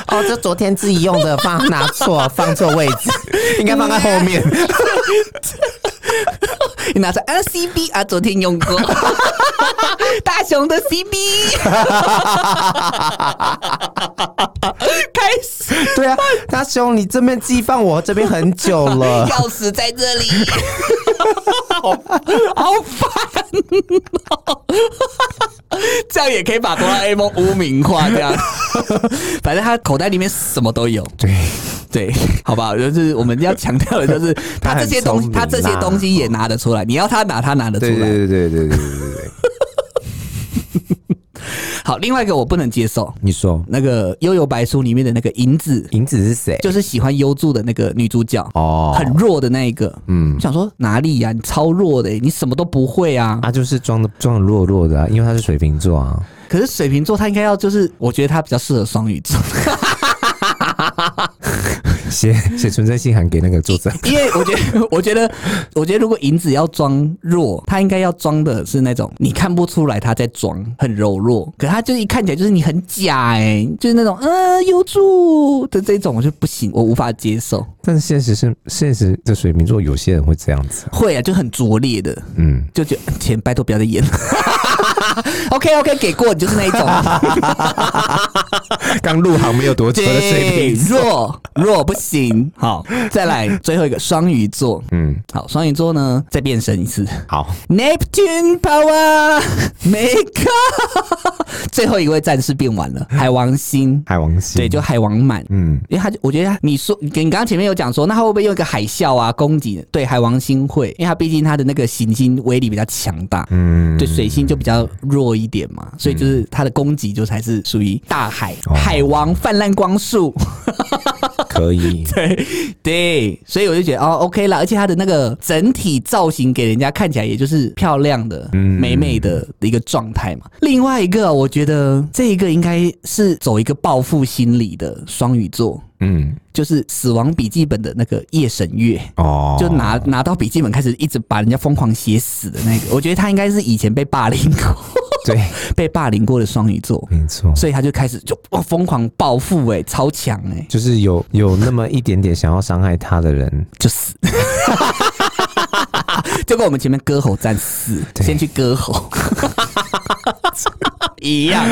S2: 哦，这昨天自己用的放拿错，放错位置，应该放在 <laughs> 后面。
S1: 你拿出来啊 CB 啊，昨天用过 <laughs> 大雄的 CB，开始
S2: 对啊，大雄，你这边寄放我这边很久了。
S1: 钥匙在这里，好好烦哦！这样也可以把哆啦 A 梦污名化，这样，反正他口袋里面什么都有。
S2: 对，
S1: 对， <laughs> 好不好？就是我们要强调的，就是
S2: <laughs>
S1: 他这些东西，
S2: 他
S1: 他
S2: 很聪
S1: 这
S2: 明
S1: 些东西也拿得出来。你要他拿，他拿得出
S2: 对
S1: 来。
S2: 对对对对对对对。
S1: 好，另外一个我不能接受，
S2: 你说
S1: 那个《幽游白书》里面的那个银
S2: <laughs>
S1: 子，
S2: 银子是谁？
S1: 就是喜欢优助的那个女主角，
S2: 哦，
S1: 很弱的那一个。
S2: 嗯
S1: 我，想说哪里呀、你超弱的、你什么都不会啊！
S2: 他就是装的装的弱弱的、啊，因为他是水瓶座 <laughs> 啊。
S1: 可是水瓶座他应该要就是，我觉得他比较适合双鱼座，
S2: 写写存真信函给那个 <laughs> 作者。
S1: <laughs> 因为我觉得，我觉得，我觉得如果银子要装弱，他应该要装的是那种你看不出来他在装，很柔弱，可他就是一看起来就是你很假哎、就是那种呃有助的这种，我就不行，我无法接受。
S2: 但是现实是现实的水瓶座，有些人会这样子啊。
S1: 会啊，就很拙劣的，
S2: 嗯，
S1: 就觉得钱拜托不要再演了。OK OK，给过你就是
S2: <laughs>
S1: 那一种，
S2: 刚入行没有多久的水
S1: 对，
S2: 瓶，
S1: 弱弱不行。好，再来最后一个双鱼座，
S2: 嗯，
S1: 好，双鱼座呢再变身一次。
S2: 好，
S1: Neptune Power Mega，最 <laughs> 后一位战士变完
S2: <laughs>
S1: 了，海王星，
S2: 海王星。
S1: 对，就海王满。
S2: 嗯，
S1: 因为他就，我觉得他你说你刚刚前面有讲说，那他会不会用一个海啸啊攻击？对，海王星会，因为他毕竟他的那个行星威力比较强大，
S2: 嗯
S1: 对，水星就比较弱一点嘛，所以就是他的攻击就才是属于大海、
S2: 哦
S1: 海王泛滥光束，
S2: 可 <laughs> 以。
S1: <laughs> 对对，所以我就觉得哦，OK 啦，而且它的那个整体造型给人家看起来也就是漂亮的、
S2: 嗯
S1: 美美的的一个状态嘛。另外一个，我觉得这一个应该是走一个报复心理的双鱼座，
S2: 嗯，
S1: 就是《死亡笔记本》的那个夜神月。
S2: 哦，
S1: 就拿拿到笔记本开始一直把人家疯狂写死的那个，我觉得他应该是以前被霸凌过、 <laughs>
S2: 对，
S1: 被霸凌过的双鱼座，
S2: 没错，
S1: 所以他就开始就哇疯狂报复哎、超强哎、
S2: 就是有有那么一点点想要伤害他的人，
S1: 就死。 <laughs> 就跟我们前面割喉战四， <laughs>
S2: 对
S1: 先去割喉，一样。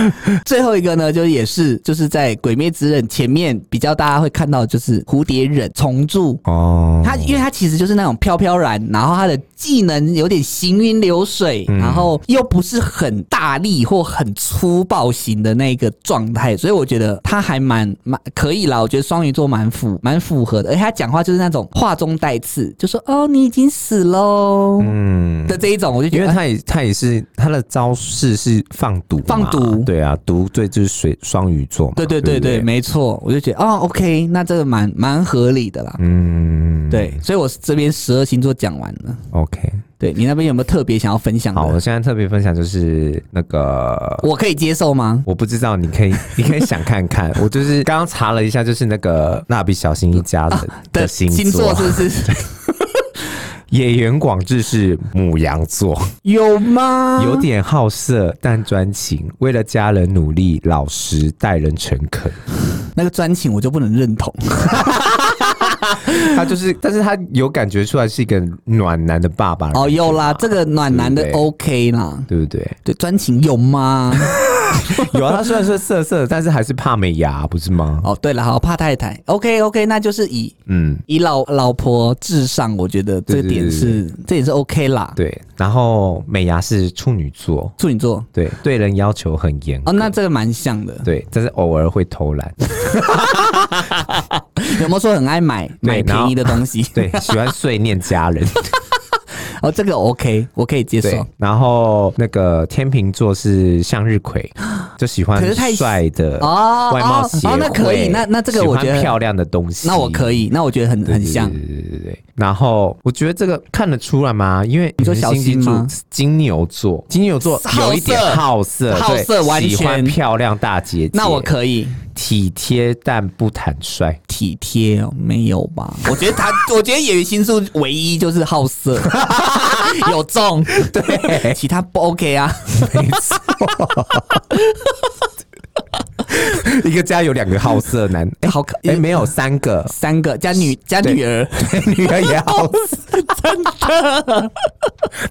S1: 最后一个呢，就也是就是在《鬼灭之刃》前面比较大家会看到，的就是蝴蝶忍重铸。
S2: 哦，
S1: 他因为他其实就是那种飘飘然，然后他的技能有点行云流水，
S2: 嗯
S1: 然后又不是很大力或很粗暴型的那个状态，所以我觉得他还蛮蛮可以啦。我觉得双鱼座蛮符蛮符合的，而且他讲话就是那种话中带刺，就说哦你已经死喽、
S2: 嗯，
S1: 的这一种，我就觉
S2: 因
S1: 得哎
S2: 为他也他也是他的招式是放毒嘛，
S1: 放毒
S2: 对啊，毒对就是水双鱼座嘛，
S1: 对对对
S2: 对
S1: 对，
S2: 不，
S1: 没错，我就觉得哦，OK，那这个蛮蛮合理的啦。
S2: 嗯，
S1: 对，所以我这边十二星座讲完了。
S2: ，OK，
S1: 对
S2: 对
S1: 你那边有没有特别想要分享
S2: 好，我
S1: 的？
S2: 现在特别分享就是那个
S1: 我可以接受吗？
S2: 我不知道，你可以，你可以想看看。我就是刚刚查了一下，就是那个蜡笔小新一家
S1: 啊
S2: 的、的星座，
S1: 星座是不是
S2: 野原广志是母羊座，
S1: 有吗？
S2: <laughs> 有点好色但专情，为了家人努力，老实待人诚恳。
S1: 那个专情我就不能认
S2: <laughs>
S1: 同。
S2: 他就是，但是他有感觉出来是一个暖男的爸爸
S1: 哦，有啦，这个暖男的
S2: 啊对
S1: OK 啦。
S2: 对不对？
S1: 对，专情有吗？
S2: 有啊，他虽然说色色，但是还是怕没牙，不是吗？
S1: <laughs> 哦，对了，好怕太太。OK OK，那就是以
S2: 嗯，
S1: 以老老婆至上，我觉得这
S2: 对
S1: 个
S2: 对
S1: 点
S2: 对
S1: 是这也是 OK 啦。
S2: 对。然后美牙是处女座，
S1: 处女座
S2: 对，对人要求很严格
S1: 哦，那这个蛮像的。
S2: 对，但是偶尔会偷懒。
S1: 有没有说很爱
S2: <laughs>
S1: 买买
S2: 对然后
S1: 便宜的东西？
S2: <laughs> 对，喜欢碎念
S1: <laughs>
S2: 家人。
S1: 哦，这个 OK，我可以接
S2: 对
S1: 受。，
S2: 然后那个天秤座是向日葵，就喜欢
S1: 可是太
S2: 帅的
S1: 哦
S2: 外貌协会
S1: 哦哦那可以那那这个我觉得
S2: 喜欢漂亮的东西，
S1: 那我可
S2: 以。
S1: 以，那我觉得很很像
S2: 对。对对对对，然后我觉得这个看得出来吗？因为
S1: 你说小
S2: 金
S1: 心吗
S2: 金牛座，金牛座
S1: 好色
S2: 有一点好色，
S1: 好色
S2: 对
S1: 完全
S2: 喜欢漂亮大姐姐，
S1: 那我可以
S2: 体贴但不坦率，
S1: 体贴哦，没有吧？我觉得他， <laughs> 我觉得演员星宿唯一就是好色， <laughs> 有中，对，其他不 OK 啊。
S2: 没错， <laughs> 一个家有两个好色 <laughs> 男，哎
S1: 好可，
S2: 哎，没有三 <laughs> 个
S1: 三个加女加女儿，
S2: 女儿也好色，真的，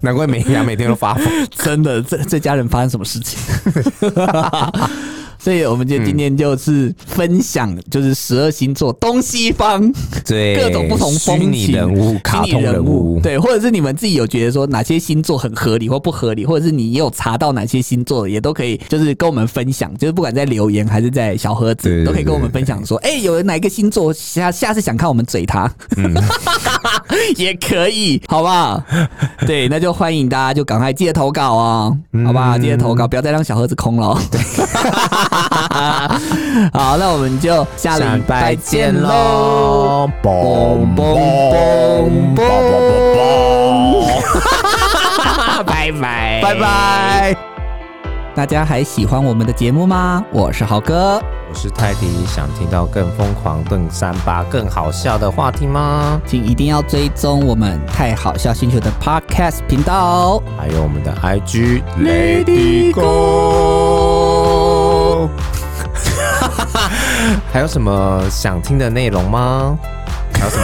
S2: 难怪美牙每天都发疯。
S1: 真的，这这家人发生什么事 <laughs> 情？所以我们就今天就是分享，就是十二星座东西方
S2: 对，
S1: 各种不同风
S2: 虚
S1: 情
S2: 拟人物、卡
S1: 虚拟
S2: 通
S1: 人
S2: 物，，
S1: 对，或者是你们自己有觉得说哪些星座很合理或不合理，或者是你也有查到哪些星座，也都可以就是跟我们分享，就是不管在留言还是在小盒子，
S2: 对对
S1: 都可以跟我们分享说，哎、有人哪一个星座下下次想看我们嘴他，
S2: 嗯
S1: <laughs> 也可以，好不好？对，那就欢迎大家就赶快记得投稿哦，
S2: 嗯
S1: 好不好？记得投稿，不要再让小盒子空
S2: <laughs>
S1: 了哦。 <laughs> 好，那我们就下礼
S2: 下礼拜
S1: 拜见
S2: 见
S1: 喽。
S2: <laughs> 喽，
S3: 嘣
S1: 嘣
S3: 嘣
S1: 嘣
S3: 嘣
S1: 嘣
S3: 嘣嘣！
S1: 拜拜，拜拜。大家还喜欢我们的节目吗？我是豪哥，
S2: 我是泰迪，想听到更疯狂、更三八、更好笑的话题吗？
S1: 请一定要追踪我们太好笑星球的 Podcast 频道哦。
S2: 还有我们的 IG
S1: Lady
S2: Go。还有什么想听的内容吗？还有什么？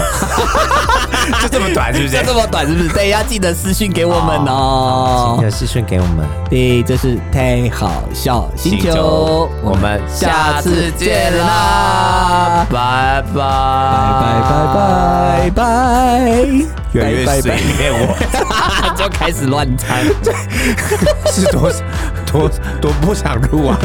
S2: <laughs> 就这么短是不
S1: 就这么短是不是？对，要记得私讯给我们
S2: 请
S1: 哦
S2: 你。的私讯给我们，
S1: 对，这是太好笑星
S2: 星
S1: 球
S2: 球，我们
S1: 下次见啦！
S2: 拜拜
S1: 拜拜拜拜拜，
S2: 越来越
S1: 拜
S2: 随
S1: 拜
S2: 便我
S1: 拜 <laughs> 就开始乱猜。
S2: 是多多多不想录啊。